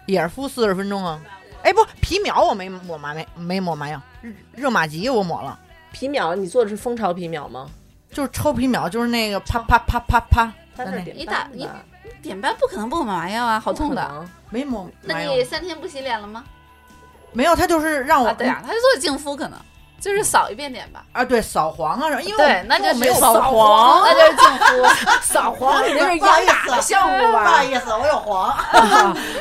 也是敷四十分钟啊。哎，不，皮秒我没抹麻没没抹麻药，热热玛吉我抹了，皮秒你做的是蜂巢皮秒吗？就是抽皮秒，就是那个啪啪啪啪啪，三那十里点你打半你吧点半不可能不抹麻药啊，好痛的。。没抹那麻你药，三天不洗脸了吗？没有，他就是让我啊，对啊，他就做净肤可能就是扫一遍脸吧。啊对扫黄啊，因为对我，那我就没是有黄，那就是净肤。扫黄，你这是不好严意打的思，项目不好吧？意思，我有黄。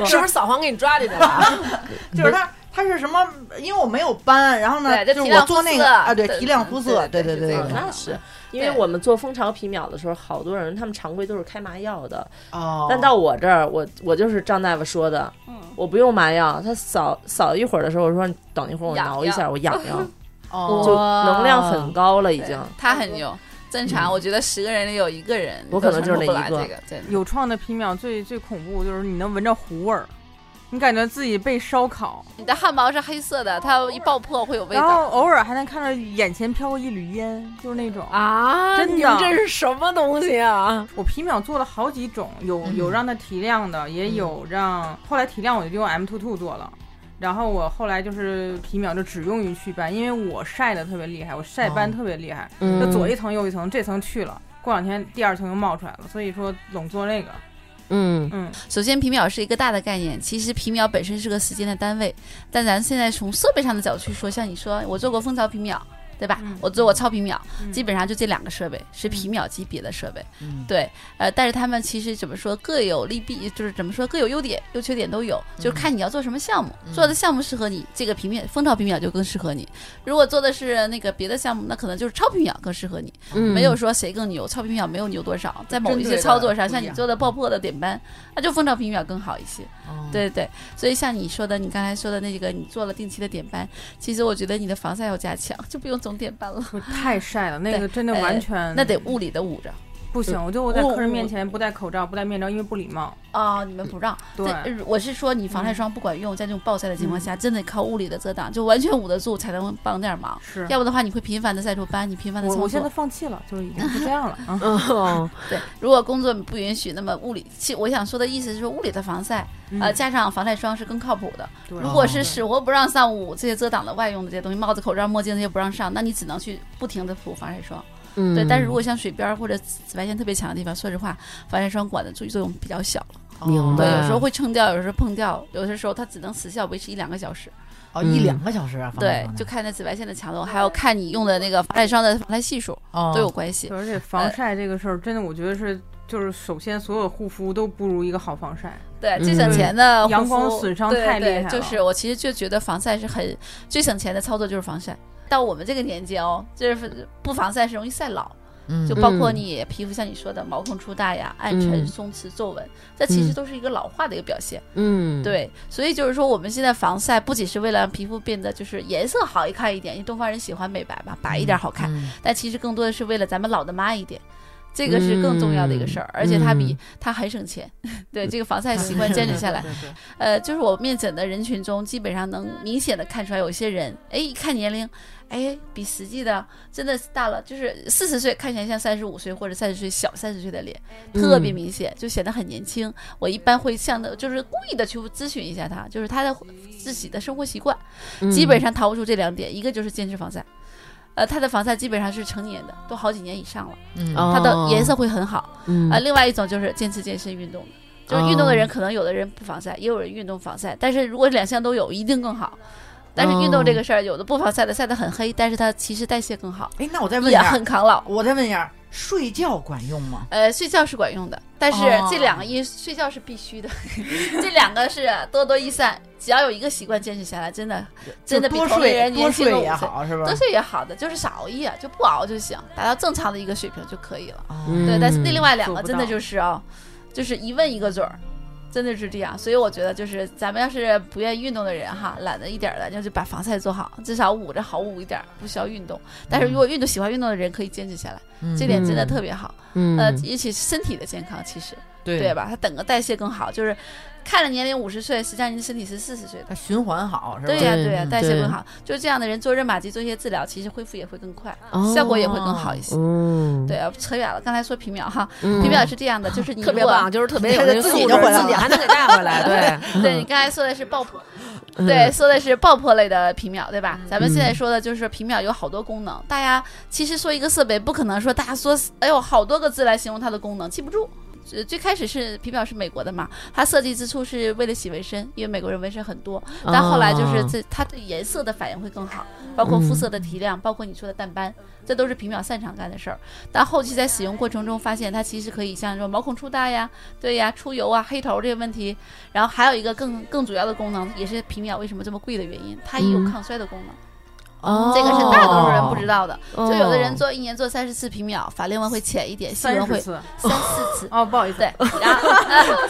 是不是扫黄给你抓啊进去了？就是它它是什么？因为我没有斑，然后呢，对就就提是亮我做肤那色个啊，对，对提亮肤色，对对对对对对嗯对对。那是因为我们做蜂巢皮秒的时候，好多人他们常规都是开麻药的，哦但到我这儿，我我就是张大夫说的，嗯，我不用麻药。他扫扫一会儿的时候，我说你等一会儿，我痒挠一下，我痒 痒，就哦，能量很高了已对经。他很牛。正常，我觉得十个人里有一个人，我可能就是那那一个这个真的。有创的皮秒最最恐怖就是你能闻着糊味儿，你感觉自己被烧烤，你的汗毛是黑色的，它一爆破会有味然道。后偶尔还能看到眼前飘过一缕烟，就是那种。啊，真的你们这是什么东西啊？我皮秒做了好几种，有有让它提亮的，也有让后来提亮我就用 M two two 做了。然后我后来就是皮秒就只用于祛斑，因为我晒的特别厉害，我晒斑特别厉害，嗯就左一层右一层，这层去了，过两天第二层又冒出来了，所以说总做那个， 嗯嗯，首先，皮秒是一个大的概念，其实皮秒本身是个时间的单位。但咱现在从设备上的角度去说，像你说，我做过蜂巢皮秒，对吧？嗯我做过超皮秒，嗯基本上就这两个设备是皮秒级别的设备。对，呃，但是他们其实怎么说各有利弊，就是怎么说各有优点、优缺点都有，就是看你要做什么项目，做的项目适合你，这个皮秒蜂巢皮秒就更适合你。如果做的是那个别的项目，那可能就是超皮秒更适合你。嗯，。没有说谁更牛，超皮秒没有牛多少，在某针一些对的操作上，不一像样你做的爆破的点斑，那就蜂巢皮秒更好一些。嗯对对，所以像你说的，你刚才说的那个，你做了定期的点斑，其实我觉得你的防晒要加强，就不用总点斑了，不太晒了，那对个真的呃完全那得物理的捂着。不行，我就我在我客人面前不戴口罩，不戴面罩，因为不礼貌。啊、你们不让？对嗯这呃我是说你防晒霜不管用，在这种暴晒的情况下，真的靠物理的遮挡，就完全捂得住才能帮点忙。是要不的话，你会频繁的晒出斑，你频繁的嗯我操作。我现在放弃了，就是已经是这样了啊哦，对，如果工作不允许，那么物理，其我想说的意思是说，物理的防晒，呃，嗯哦加上防晒霜是更靠谱的。对如果是死活不让上捂这些遮挡的外用的这些东西，帽子、口罩、墨镜这些不让上，那你只能去不停的涂防晒霜。嗯对，但是如果像水边儿或者紫外线特别强的地方，说实话，防晒霜管的作用比较小了。明对，白，哦有时候会撑掉，有时候碰掉，有的时候它只能时效维持一两个小时。哦嗯一两个小时啊，对，就看那紫外线的强度，还有看你用的那个防晒霜的防晒系数都哦都有关系。对而且呃防晒这个事儿，真的我觉得是，就是首先所有护肤都不如一个好防晒。对，嗯最省钱的护肤阳光损伤太厉害对了对就是我其实就觉得防晒是很最省钱的操作，就是防晒。到我们这个年纪哦，就是不防晒是容易晒老，就包括你皮肤像你说的毛孔粗大呀、暗沉、嗯松弛、皱纹，这其实都是一个老化的一个表现。嗯，对，所以就是说我们现在防晒不仅是为了让皮肤变得就是颜色好一看一点，因为东方人喜欢美白嘛，白一点好看，但其实更多的是为了咱们老的妈一点。这个是更重要的一个事儿，而且它比它很省钱。 对这个防晒习惯坚持下来，呃，就是我面诊的人群中，基本上能明显的看出来，有些人，哎，一看年龄，哎，比实际的真的是大了，就是四十岁看起来像三十五岁或者三十岁小三十岁的脸，特别明显，就显得很年轻。我一般会向的，就是故意的去咨询一下他，嗯就是他的自己的生活习惯，基本上逃不出这两点，一个就是坚持防晒。呃，它的防晒基本上是成年的，都好几年以上了，嗯哦它的颜色会很好。嗯哦啊，另外一种就是坚持健身运动的，就是运动的人，可能有的人不防晒，也有人运动防晒，但是如果两项都有，一定更好。但是运动这个事儿，有的不防晒的晒得很黑，但是它其实代谢更好，哎，那我再问一也下，很抗老。我再问一下，睡觉管用吗？呃，睡觉是管用的，但是哦这两个一、睡觉是必须的， 这两个是多多益善。只要有一个习惯坚持下来，真的 真的就比多同龄睡人多年轻个睡五也岁。好，是吧多？睡也好的，就是少熬夜，就不熬就行，达到正常的一个水平就可以了。哦对，但是那另外两嗯做个不真的到就是啊、就是一问一个准儿，真的是这样。所以我觉得就是咱们要是不愿意运动的人哈，懒得一点儿的，那就把防晒做好，至少捂着好捂一点儿，不需要运动。但是如果运动喜欢运动的人可以坚持下来，嗯嗯这点真的特别好。嗯呃，尤其是身体的健康，其实对对？吧？它整个代谢更好，就是看着年龄五十岁，实际上您身体是四十岁的。它循环好，是吧？对呀、对对呀、嗯代谢对更好。就这样的人做热玛吉做一些治疗，其实恢复也会更快，哦效果也会更好一些。嗯，对啊，扯远了。刚才说皮秒哈，嗯，皮秒是这样的，就是你特别如果棒，就是特别有那个自己素就质回来了还能给带回来， 对你刚才说的是爆破，对对，，说的是爆破类的皮秒，对吧？咱们现在说的就是皮秒有好多功能，大家其实说一个设备，不可能说大家说，哎呦，好多个字来形容它的功能，记不住。呃最开始是皮秒是美国的嘛，它设计之初是为了洗纹身，因为美国人纹身很多，但后来就是哦这它对颜色的反应会更好，包括肤色的提亮，包括你说的淡斑，这都是皮秒擅长干的事儿。但后期在使用过程中发现，它其实可以像说毛孔粗大呀，对呀，出油啊、黑头这个问题，然后还有一个更更主要的功能，也是皮秒为什么这么贵的原因，它也有嗯抗衰的功能，哦这个是大多数人不知道的。哦就有的人做一年做三十次皮秒，法令纹会浅一点，细三纹会十次三四次。哦，不好意思对，然后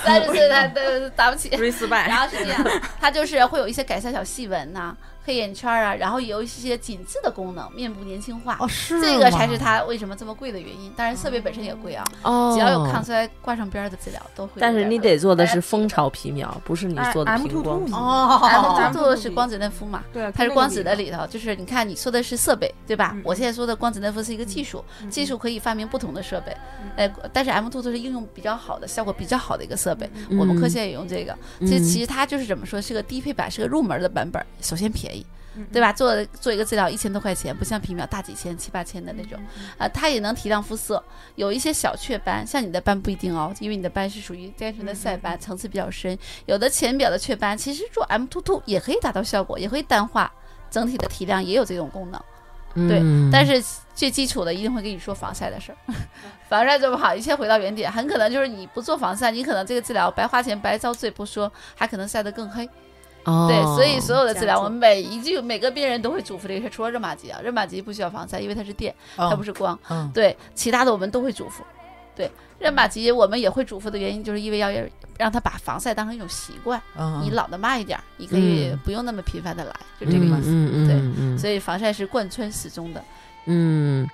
三十次他对打不起， ，respect，然后是这样，它就是会有一些改善小细纹呐、黑眼圈啊，然后也有一些紧致的功能，面部年轻化。哦，是这个吗才是它为什么这么贵的原因。当然，设备本身也贵啊，哦，只要有抗衰挂上边儿的治疗都会有点但儿是问题。你得做的是蜂巢皮秒，不是你做的哎 M 平 two 光 two，哦， M 做的是光子嫩肤嘛，对，它是跟那个光子的比里头，就是你看你说的是设备对吧嗯？我现在说的光子嫩肤是一个技术，嗯技术可以发明不同的设备嗯，哎，但是 M two 都是应用比较好的、效果比较好的一个设备。嗯我们科学也用这个，嗯这其实它就是怎么说，是个低配版，是个入门的版本。首先便宜，嗯对吧？做做一个治疗一千多块钱，不像皮秒大几千、七八千的那种。嗯啊，它也能提亮肤色，有一些小雀斑，像你的斑不一定哦，因为你的斑是属于单纯的晒斑，层次比较深。有的浅表的雀斑，其实做 M 2 2也可以达到效果，也会淡化。整体的提亮也有这种功能，对嗯但是最基础的一定会跟你说防晒的事儿， 防晒做不好，一切回到原点，很可能就是你不做防晒，你可能这个治疗白花钱白遭罪不说，还可能晒得更黑。哦对，所以所有的治疗，我们每一句每个病人都会嘱咐这个事儿，除了热玛吉啊，热玛吉不需要防晒，因为它是电，它哦它不是光。嗯对，其他的我们都会嘱咐。对，热玛吉我们也会嘱咐的原因，就是因为要让他把防晒当成一种习惯，嗯，你老的慢一点儿，你可以嗯不用那么频繁的来，就这个意思。嗯嗯对嗯嗯所以防晒是贯穿始终的。嗯，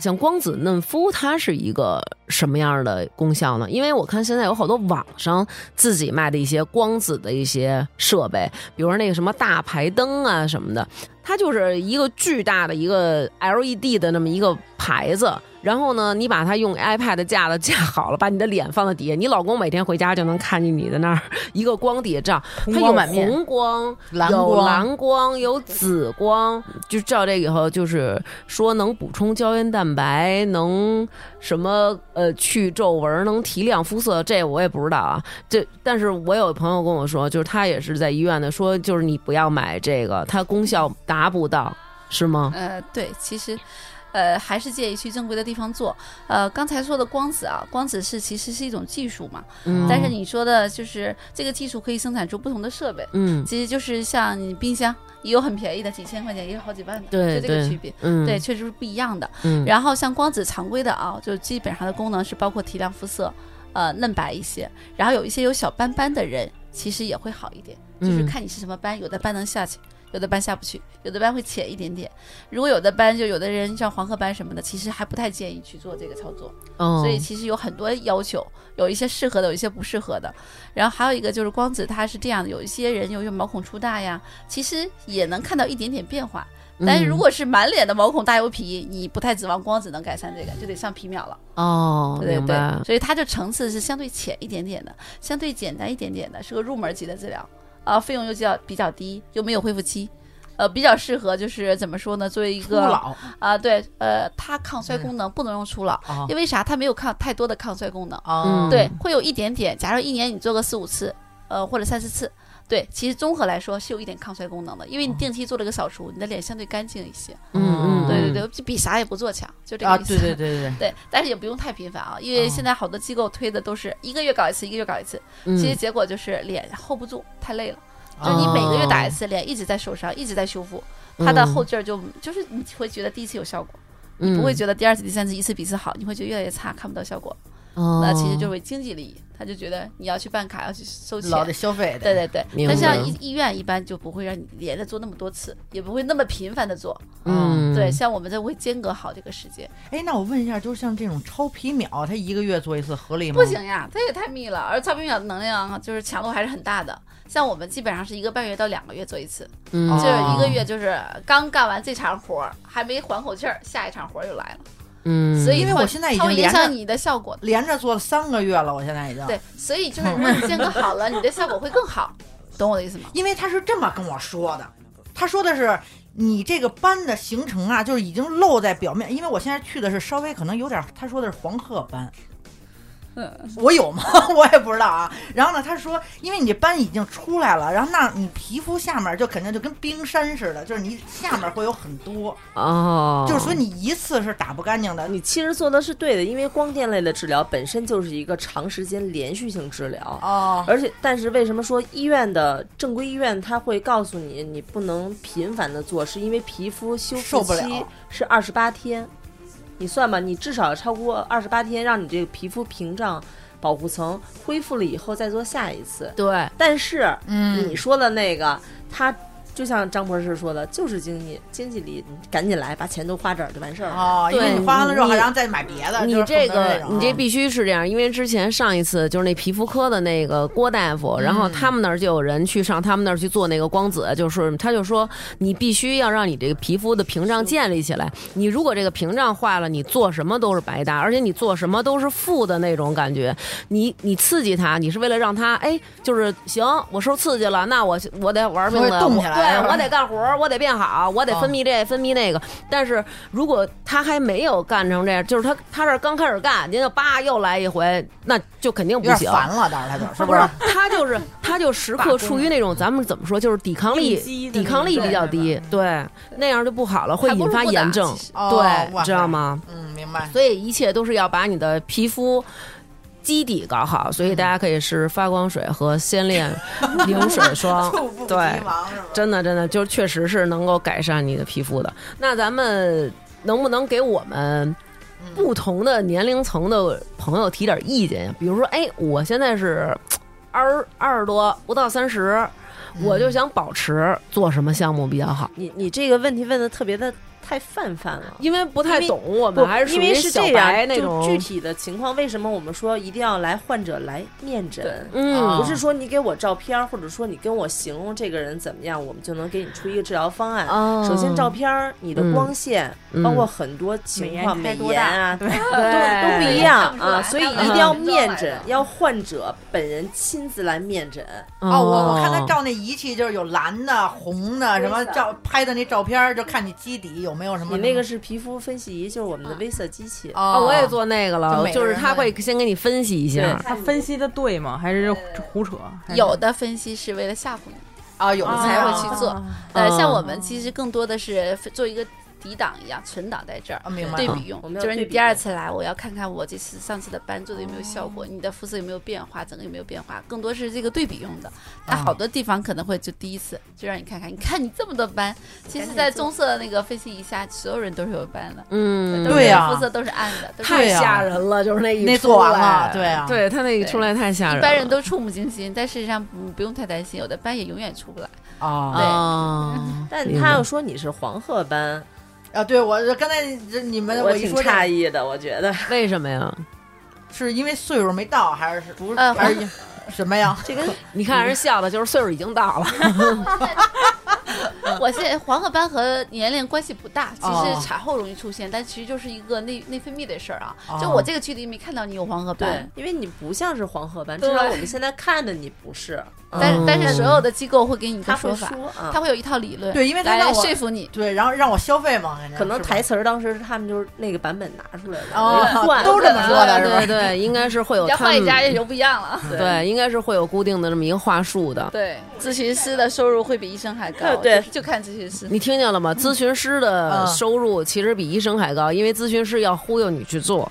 像光子嫩肤，它是一个什么样的功效呢？因为我看现在有好多网上自己卖的一些光子的一些设备，比如说那个什么大排灯啊什么的，它就是一个巨大的一个 LED 的那么一个牌子。然后呢，你把它用 iPad 架了架好了，把你的脸放在底下，你老公每天回家就能看见你在那儿 一个光底下照，它有光满面红光、蓝有光蓝光，有紫光，就照这个以后，就是说能补充胶原蛋白，能什么呃去皱纹，能提亮肤色，这我也不知道啊。这但是我有朋友跟我说，就是他也是在医院的，说就是你不要买这个，它功效达不到，是吗？呃，对，其实。呃，还是建议去正规的地方做。呃，刚才说的光子啊，光子是其实是一种技术嘛，嗯，但是你说的就是这个技术可以生产出不同的设备，嗯其实就是像你冰箱也有很便宜的，几千块钱也有好几万的，对就这个对区别。嗯对，确实是不一样的。嗯然后像光子常规的啊，就基本上的功能是包括提亮肤色，呃，嫩白一些，然后有一些有小斑斑的人，其实也会好一点，就是嗯看你是什么斑，有的斑能下去。有的斑下不去，有的斑会浅一点点。如果有的斑，就有的人像黄褐斑什么的，其实还不太建议去做这个操作。哦所以其实有很多要求，有一些适合的，有一些不适合的。然后还有一个就是光子，它是这样的，有一些人由于毛孔粗大呀，其实也能看到一点点变化。但嗯是如果是满脸的毛孔大油皮，你不太指望光子能改善这个，就得上皮秒了。哦，对明对白对，。所以它就层次是相对浅一点点的，相对简单一点点的，是个入门级的治疗啊，费用又比较比较低，又没有恢复期。呃，比较适合就是怎么说呢，作为一初个啊、老嗯对，呃，它抗衰功能不能用初老，哦啊因为啥？它没有抗太多的抗衰功能，哦嗯啊，嗯对，会有一点点。假如一年你做个四五次，呃，或者三四次，对，其实综合来说是有一点抗衰功能的，因为哦你定期做了个扫除，你的脸相对干净一些。嗯嗯，对对对，就比啥也不做强，就这个啊，意思。对对对对 对，但是也不用太频繁啊，哦因为现在好多机构推的都是一个月搞一次，一个月搞一次，嗯，哦其实结果就是脸 hold 不住，太累了。对，就是你每个月打一次，次，脸一直在受伤，一直在修复，它的后劲儿就就是你会觉得第一次有效果，嗯不会觉得第二次、第三次一次比一次好，你会觉得越来越差，看不到效果。哦那其实就是为经济利益，他就觉得你要去办卡，要去收钱。老得消费对得，对对，明白但像医医院一般就不会让你连着做那么多次，也不会那么频繁的做。嗯对，像我们这会间隔好这个时间。哎，那我问一下，就是像这种超皮秒，它一个月做一次合理吗？不行呀，它也太密了，而超皮秒能量啊就是强度还是很大的。像我们基本上是一个半月到两个月做一次，嗯就是一个哦月就是刚干完这场活儿，还没缓口气儿，下一场活儿又来了，嗯，所以因为它我现在已它会经影连着响你的效果的。连着做了三个月了，我现在已经。对，所以就是如果你间隔好了，你的效果会更好，懂我的意思吗？因为他是这么跟我说的，他说的是你这个班的行程啊，就是已经露在表面，因为我现在去的是稍微可能有点，他说的是黄鹤班。我有吗？ 我也不知道啊。然后呢，他说，因为你这斑已经出来了，然后那你皮肤下面就肯定就跟冰山似的，就是你下面会有很多，哦，就是说你一次是打不干净的。你其实做的是对的，因为光电类的治疗本身就是一个长时间连续性治疗，哦，而且，但是为什么说医院的正规医院它会告诉你你不能频繁的做，是因为皮肤修受复不了期是二十八天，你算吧，你至少超过二十八天，让你这个皮肤屏障保护层恢复了以后再做下一次。对，但是嗯你说的那个，它就像张博士说的，就是经济经济力，你赶紧来，把钱都花这儿就完事儿了。哦，因为对你花完了之后，你然后再买别的，你就是这很多个种你这啊必须是这样，因为之前上一次就是那皮肤科的那个郭大夫，然嗯后他们那儿就有人去上他们那儿去做那个光子，就是他就说你必须要让你这个皮肤的屏障建立起来，你如果这个屏障坏了，你做什么都是白搭，而且你做什么都是负的那种感觉，你你刺激它，你是为了让它哎就是行，我受刺激了，那我我得玩命我的得动起来是吧对我得干活儿，我得变好，我得啊分泌这分泌那个，但是如果他还没有干成这样，就是他他这儿刚开始干，您就叭又来一回，那就肯定不有行点。烦了，当时 他就是不不是？他 就是他就时刻处于那种咱们怎么说，就是抵抗力应激的抵抗力比较低那，种对，那样就不好了，会还不引如发不打炎症其，实哦对，哇你知道吗？嗯，明白。所以一切都是要把你的皮肤。基底搞好，所以大家可以试发光水和鲜 恋零水霜猝不，及对，防是吧？真的，真的，就是确实是能够改善你的皮肤的。那咱们能不能给我们不同的年龄层的朋友提点意见呀？比如说，哎，我现在是二二十多，不到三十，我就想保持，做什么项目比较好？你你这个问题问的特别的太泛泛了。因为不太因为懂，我不们还哦是属因于为是小这白样，那就种具体的情况，为什么我们说一定要来患者来面诊？嗯，不是说你给我照片儿，或者说你跟我形容这个人怎么样，我们就能给你出一个治疗方案。哦首先，照片儿、你的嗯光线，嗯包括很多情况，美美颜开多颜大啊，对都都哎不一样啊，对所以看不出来一定要面看不出诊来，的要患者本人亲自来面诊。哦，我我看他照那仪器，就是有蓝的、红的，什么灰色照拍的那照片儿，就看你基底有没有什么。你那个是皮肤分析仪，就是我们的 Visa 机器。啊，嗯哦，我也做那个就了，每个就是人他的会先给你分析一下，他分析的对吗？还是胡扯？嗯还是有的分析是为了吓唬你，啊，有的哦才会会去做。啊呃，像我们其实更多的是做一个抵挡一样，存档在这儿啊，。明白对了。比用我们，要就是你对比第二用次来，我要看看我这次上次的斑做的有没有效果，你的肤色有没有变化，整个有没有变化，更多是这个对比用的。那嗯好多地方可能会就第一次就让你看看，你看你这么多斑，其实，在棕色的那个分析一下，所有人都是有斑的，嗯，都对是呀肤色都是暗的，都是太对啊吓人了，就是那一那出做完来了对啊对他那一出来太吓人了，一般人都触目惊心，但事实上嗯不用太担心，有的斑也永远出不来。啊哦对啊，但明白他又说你是黄褐斑，啊！对我刚才这你们呃我一挺说这诧异的，我觉得 为什么呀？是因为岁数没到，还是不是？嗯呃还是 什么呀？这跟你看人笑的，就是岁数已经到了， 我现在黄褐斑和年龄关系不大，其哦实产后容易出现，但其实就是一个内内分泌的事儿啊哦。就我这个距离没看到你有黄褐对斑，，因为你不像是黄褐斑，至对少我们现在看的你不是。但嗯但是所有的机构会给你一个他会说嗯法，说啊，他会有一套理论，对因为他让来我说服你。对，然后让我消费嘛，感觉可能是吧台词儿当时他们就是那个版本拿出来的，哦没换都这么说的是吧 对对对，应该是会有要他换一家也们就不一样了。对，应该是会有固定的这么一个话术的。 对，咨询师的收入会比医生还 高，对就，就看咨询师。你听见了吗？咨询师的嗯收入其实比医生还高，因为咨询师要忽悠你去做。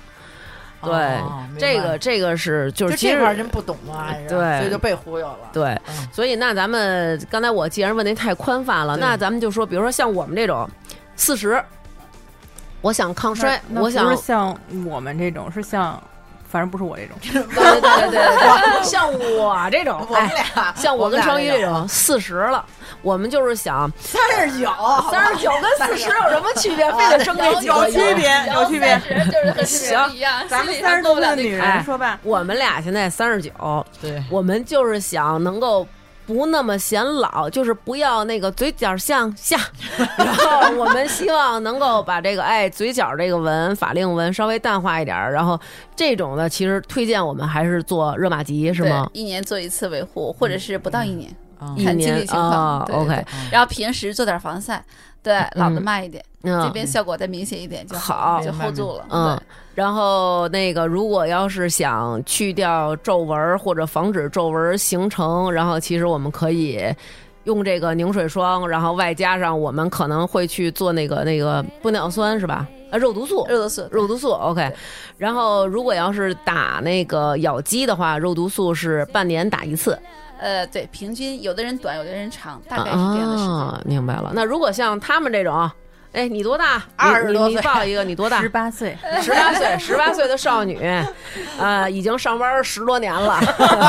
对，哦明白这个这个是就就是其这块儿实哎真不懂嘛，还是对所以就被忽悠了。对嗯，所以那咱们刚才我既然问的太宽泛了，对那咱们就说，比如说像我们这种四十，我想抗衰，那我想不是像我们这种，是像，反正不是我这种，对对对对， 像我这种，我们哎，俩像我跟们俩双鱼这种四十了，我们就是想三十九，哎三十九跟四十有什么区别，非得争这几有个区月别有区别。 30就是和别人不一样，咱们心里三还十过多不岁了那的女坎儿哎人，说 吧，我们俩现在三十九，对，我们就是想能够不那么显老，就是不要那个嘴角向 下，然后我们希望能够把这个哎嘴角这个纹法令纹稍微淡化一点儿，然后这种呢，其实推荐我们还是做热玛吉是对吗？一年做一次维护，或者是不到一年，嗯一看年经济情况。哦啊对对，OK，对然后平时做点防晒，对，嗯老的慢一点，这嗯边效果再明显一点就好就 hold 住了。嗯，然后那个如果要是想去掉皱纹儿或者防止皱纹儿形成，然后其实我们可以。用这个凝水霜，然后外加上我们可能会去做那个那个玻尿酸是吧？啊，肉毒素对，肉毒素，肉毒素 OK。然后如果要是打那个咬肌的话，肉毒素是半年打一次，呃，对，平均有的人短，有的人长，大概是这样的时间。啊，明白了。那如果像他们这种，哎，你多大？你20多你你岁报一个，你多大？十八岁，十八岁，十八岁的少女，呃，已经上班十多年了，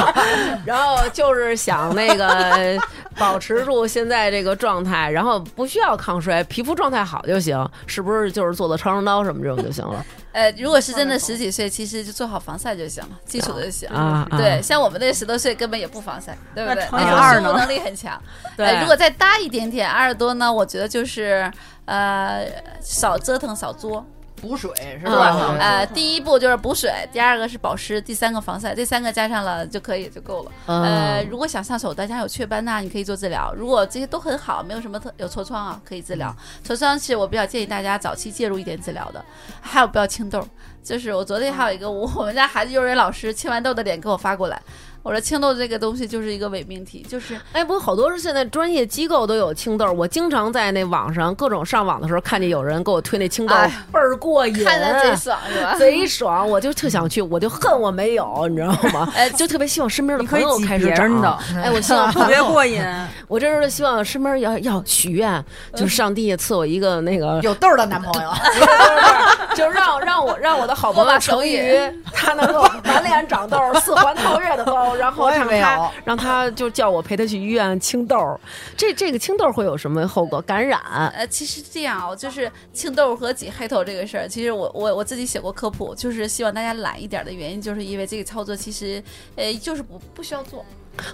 然后就是想那个保持住现在这个状态，然后不需要抗衰，皮肤状态好就行，是不是就是做做超声刀什么这种就行了呃，如果是真的十几岁，其实就做好防晒就行了，基础就行。啊？啊对，，像我们那十多岁根本也不防晒，对不对那？乘以哎二生物呢能力很强。对呃，如果再大一点点，二十多呢，我觉得就是呃少折腾少作。补水是啊吧？嗯呃，第一步就是补水，第二个是保湿，第三个防晒，这三个加上了就可以就够了。呃，嗯如果想上手，大家有雀斑呐、你可以做治疗。如果这些都很好，没有什么特有痤疮啊，可以治疗。痤疮是我比较建议大家早期介入一点治疗的。还有不要青痘，就是我昨天还有一个我我们家孩子幼儿园老师青完痘的脸给我发过来，我说青痘这个东西就是一个伪命题，就是哎，不过好多是现在专业机构都有青豆，我经常在那网上各种上网的时候，看见有人给我推那青豆哎，倍儿过瘾，啊看着贼爽是 吧？贼爽，我就特想去，我就恨我没有，你知道吗？哎就特别希望身边的你可朋以友挤开别始长人的，哎，我希望 朋特别友，过瘾。我这时候就希望身边要要许愿，就上帝赐我一个那个，有痘儿的男朋友， 就让让我让我的好朋友成宇，他能够满脸长痘，四环套月的包，然后我也让没他有让他就叫我陪他去医院清痘，这这个清痘会有什么后果？感染？呃，其实这样啊、就是青痘和挤黑头这个事儿，其实我我我自己写过科普，就是希望大家懒一点的原因，就是因为这个操作其实，呃，就是不不需要做。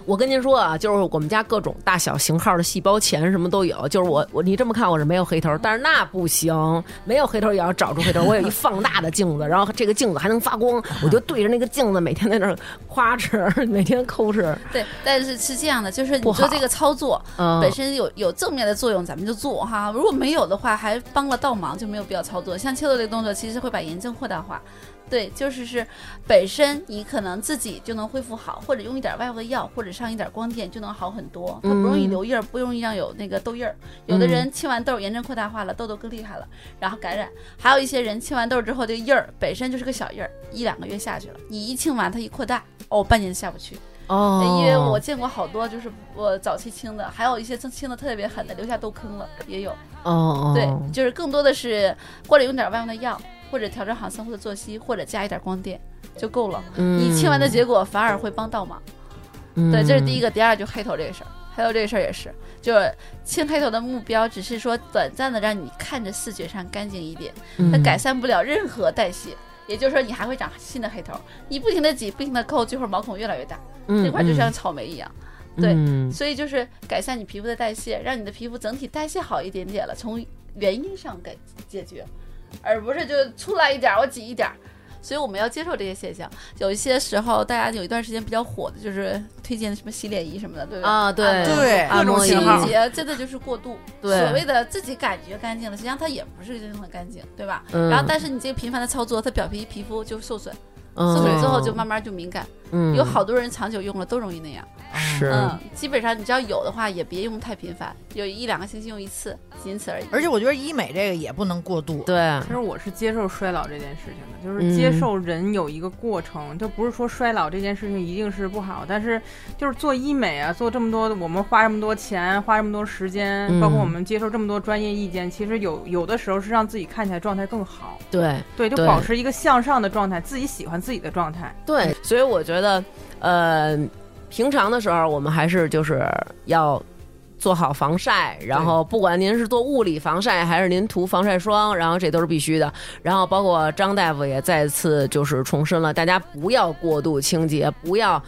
我跟您说啊，就是我们家各种大小型号的细胞钱什么都有，就是我我你这么看我是没有黑头，但是那不行，没有黑头也要找出黑头。我有一放大的镜子，然后这个镜子还能发 光，我就对着那个镜子每天在那儿夸哧，每天抠 哧。对，但是是这样的，就是不你好做这个操作嗯本身有有正面的作用，咱们就做哈。如果没有的话，还帮了倒忙，就没有必要操作。像切豆这个动作，其实会把炎症扩大化。对，就是是本身你可能自己就能恢复好，或者用一点外物的药，或者上一点光电就能好很多。它不容易嗯留印儿，不容易让有那个痘印儿。有的人清完痘儿，炎症扩大化了，痘痘更厉害了，然后感染。还有一些人清完痘之后，这个印儿本身就是个小印儿，一两个月下去了，你一清完它一扩大，哦，半年下不去。哦因为我见过好多就是我早期清的，还有一些清清的特别狠的，留下痘坑了也有。哦，对，就是更多的是或者用点外用的药，或者调整好生活的作息，或者加一点光电就够了。嗯你清完的结果反而会帮倒忙。对，这是第一个。个，第二就黑头这个事儿。黑头这个事儿也是，就是清黑头的目标只是说短暂的让你看着视觉上干净一点，它嗯改善不了任何代谢，也就是说你还会长新的黑头。你不停的挤，不停的抠，最后毛孔越来越大，这块就像草莓一样。对嗯所以就是改善你皮肤的代谢，让你的皮肤整体代谢好一点点了，从原因上给解决，而不是就出来一点儿我挤一点儿。所以我们要接受这些现象。有一些时候，大家有一段时间比较火的就是推荐什么洗脸仪什么的，对不对？啊，对对按摩清型号，洁真的就是过度， 对所谓的自己感觉干净了，实际上它也不是真正的干净，对吧？嗯然后，但是你这个频繁的操作，它表皮皮肤就受损，嗯受损之后就慢慢就敏感。嗯有好多人长久用了都容易那样。是嗯，基本上你只要有的话，也别用太频繁，有一两个星期用一次，仅此而已。而且我觉得医美这个也不能过度，对其实我是接受衰老这件事情的，就是嗯接受人有一个过程，就不是说衰老这件事情一定是不好，但是就是做医美啊，做这么多，我们花这么多钱，花这么多时间，嗯包括我们接受这么多专业意见，其实有有的时候是让自己看起来状态更好，对对，就对保持一个向上的状态，自己喜欢自己的状态。对，所以我觉得，呃，平常的时候我们还是就是要。做好防晒，然后不管您是做物理防晒还是您涂防晒霜，然后这都是必须的。然后包括张大夫也再次就是重申了，大家不要过度清洁，不要呃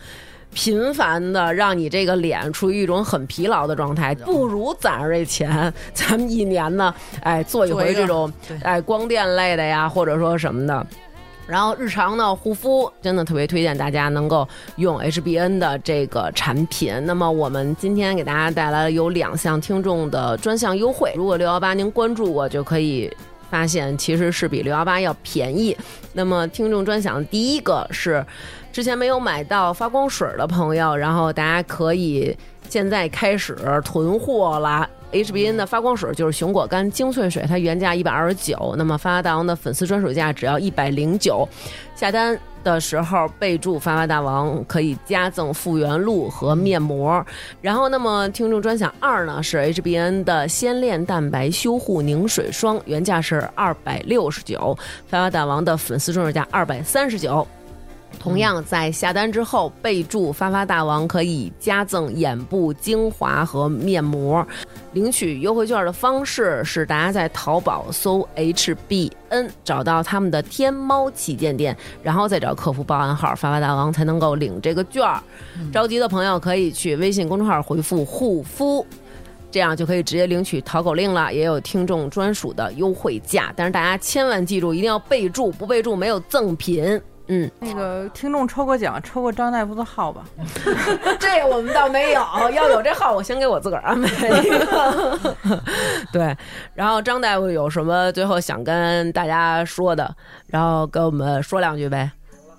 频繁的让你这个脸处于一种很疲劳的状态，不如攒着这钱，咱们一年呢，哎，做一做回一个这种对哎光电类的呀，或者说什么的。然后日常呢，护肤真的特别推荐大家能够用 HBN 的这个产品。那么我们今天给大家带来了有两项听众的专项优惠，如果六幺八您关注我就可以。发现其实是比六幺八要便宜。那么听众专享第一个是之前没有买到发光水的朋友，然后大家可以现在开始囤货啦。HBN 的发光水就是熊果苷精粹水，它原价一百二十九，那么发发大王的粉丝专属价只要一百零九。下单的时候备注“发发大王”，可以加赠复原露和面膜。然后，那么听众专享二呢是 HBN 的鲜恋蛋白修护凝水霜，原价是二百六十九，发发大王的粉丝专属价二百三十九。同样在下单之后备注“发发大王”，可以加赠眼部精华和面膜。领取优惠券的方式是大家在淘宝搜 HBN，找到他们的天猫旗舰店，然后再找客服报暗号“发发大王”才能够领这个券儿。着急的朋友可以去微信公众号回复“护肤”。这样就可以直接领取淘口令了，也有听众专属的优惠价。但是大家千万记住，一定要备注，不备注没有赠品。嗯，那个听众抽个奖，抽个张大夫的号吧。这我们倒没有，要有这号，我先给我自个儿安排一个。 对，然后张大夫有什么最后想跟大家说的，然后跟我们说两句呗。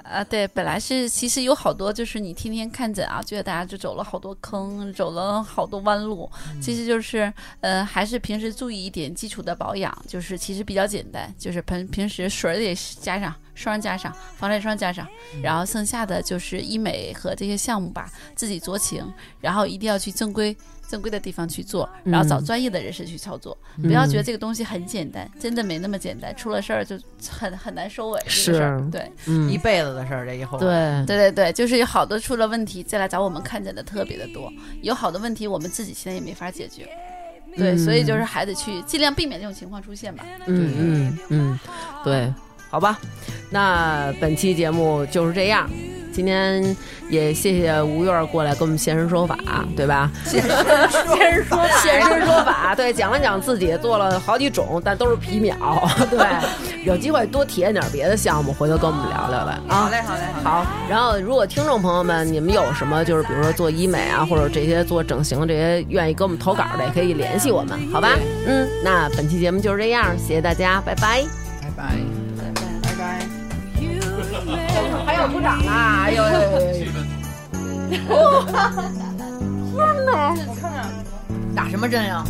啊，对，本来是其实有好多就是你天天看诊啊，觉得大家就走了好多坑，走了好多弯路，嗯其实就是呃，还是平时注意一点基础的保养，就是其实比较简单，就是平平时水儿得加上，霜加上，防晒霜加上，嗯然后剩下的就是医美和这些项目吧，自己酌情，然后一定要去正规。正规的地方去做，然后找嗯专业的人士去操作，不要嗯觉得这个东西很简单，真的没那么简单。出了事儿就很很难收尾。这个是事儿对，嗯一，辈子的事儿，这以后对，对对对，就是有好多出了问题再来找我们看诊的特别的多，有好多问题我们自己现在也没法解决。对，嗯所以就是还得去尽量避免这种情况出现吧。嗯嗯嗯，对，好吧，那本期节目就是这样。今天也谢谢吴院儿过来跟我们现身说法，对吧？先是说现身说法， 对，讲了讲自己做了好几种，但都是皮秒。 对，有机会多体验点别的项目，回头跟我们聊聊呗。啊，好嘞，好嘞，好嘞。好。然后，如果听众朋友们，你们有什么就是比如说做医美啊，或者这些做整形这些愿意跟我们投稿的，也可以联系我们，好吧？嗯，那本期节目就是这样，谢谢大家，拜拜。拜拜。还有鼓掌啊！哎呦，打什么针呀、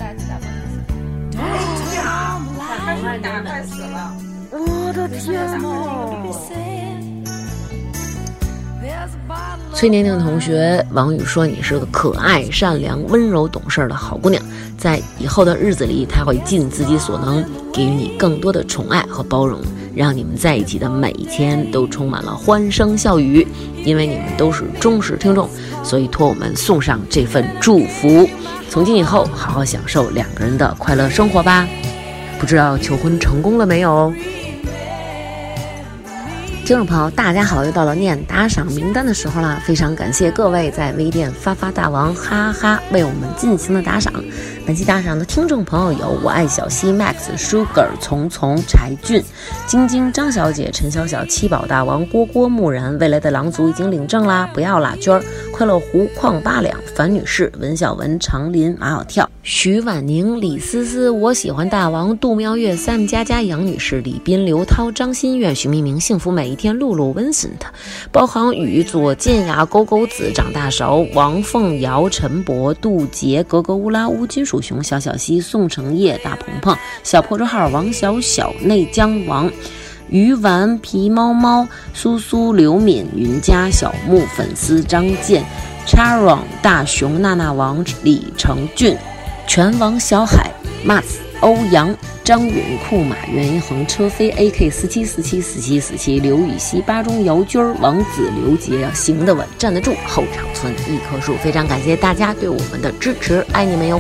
崔宁宁同学，王宇说你是个可爱、善良、温柔、懂事儿的好姑娘，在以后的日子里，她会尽自己所能，给予你更多的宠爱和包容，让你们在一起的每一天都充满了欢声笑语。因为你们都是忠实听众，所以托我们送上这份祝福。从今以后，好好享受两个人的快乐生活吧。不知道求婚成功了没有？ Remember me. 听众朋友，大家好，又到了念打赏名单的时候啦！非常感谢各位在微店发发大王哈哈为我们进行的打赏。本期打赏的听众朋友有我爱小溪 Max、Sugar、从从、柴俊、晶晶、张小姐、陈小小、七宝大王、郭郭、木然、未来的狼族已经领证啦，不要啦，娟儿、快乐湖、矿八两、樊女士、文小文、常林、马小跳、徐婉宁、李思思、我喜欢大王、杜妙月、Sam 佳佳、杨女士、李斌、刘涛、张馨月、徐明明、幸福每一天、露露、Vincent、包航宇、左健雅、勾勾子、长大勺、王凤瑶、陈博、杜杰、格格乌拉乌、金属熊、小小溪、宋承业、大鹏鹏、小破折号、王小小、内江王。鱼丸、皮猫猫、苏苏、刘敏、云佳、小木粉丝张健、Charon、大熊、娜娜王、李成俊、拳王小海、Mas、欧阳、张允、库马、袁一恒、车飞、AK 四七四七四七四七、刘禹锡、巴中、姚军、王子、刘杰，啊行得稳，站得住，后场村一棵树。非常感谢大家对我们的支持，爱你们哟！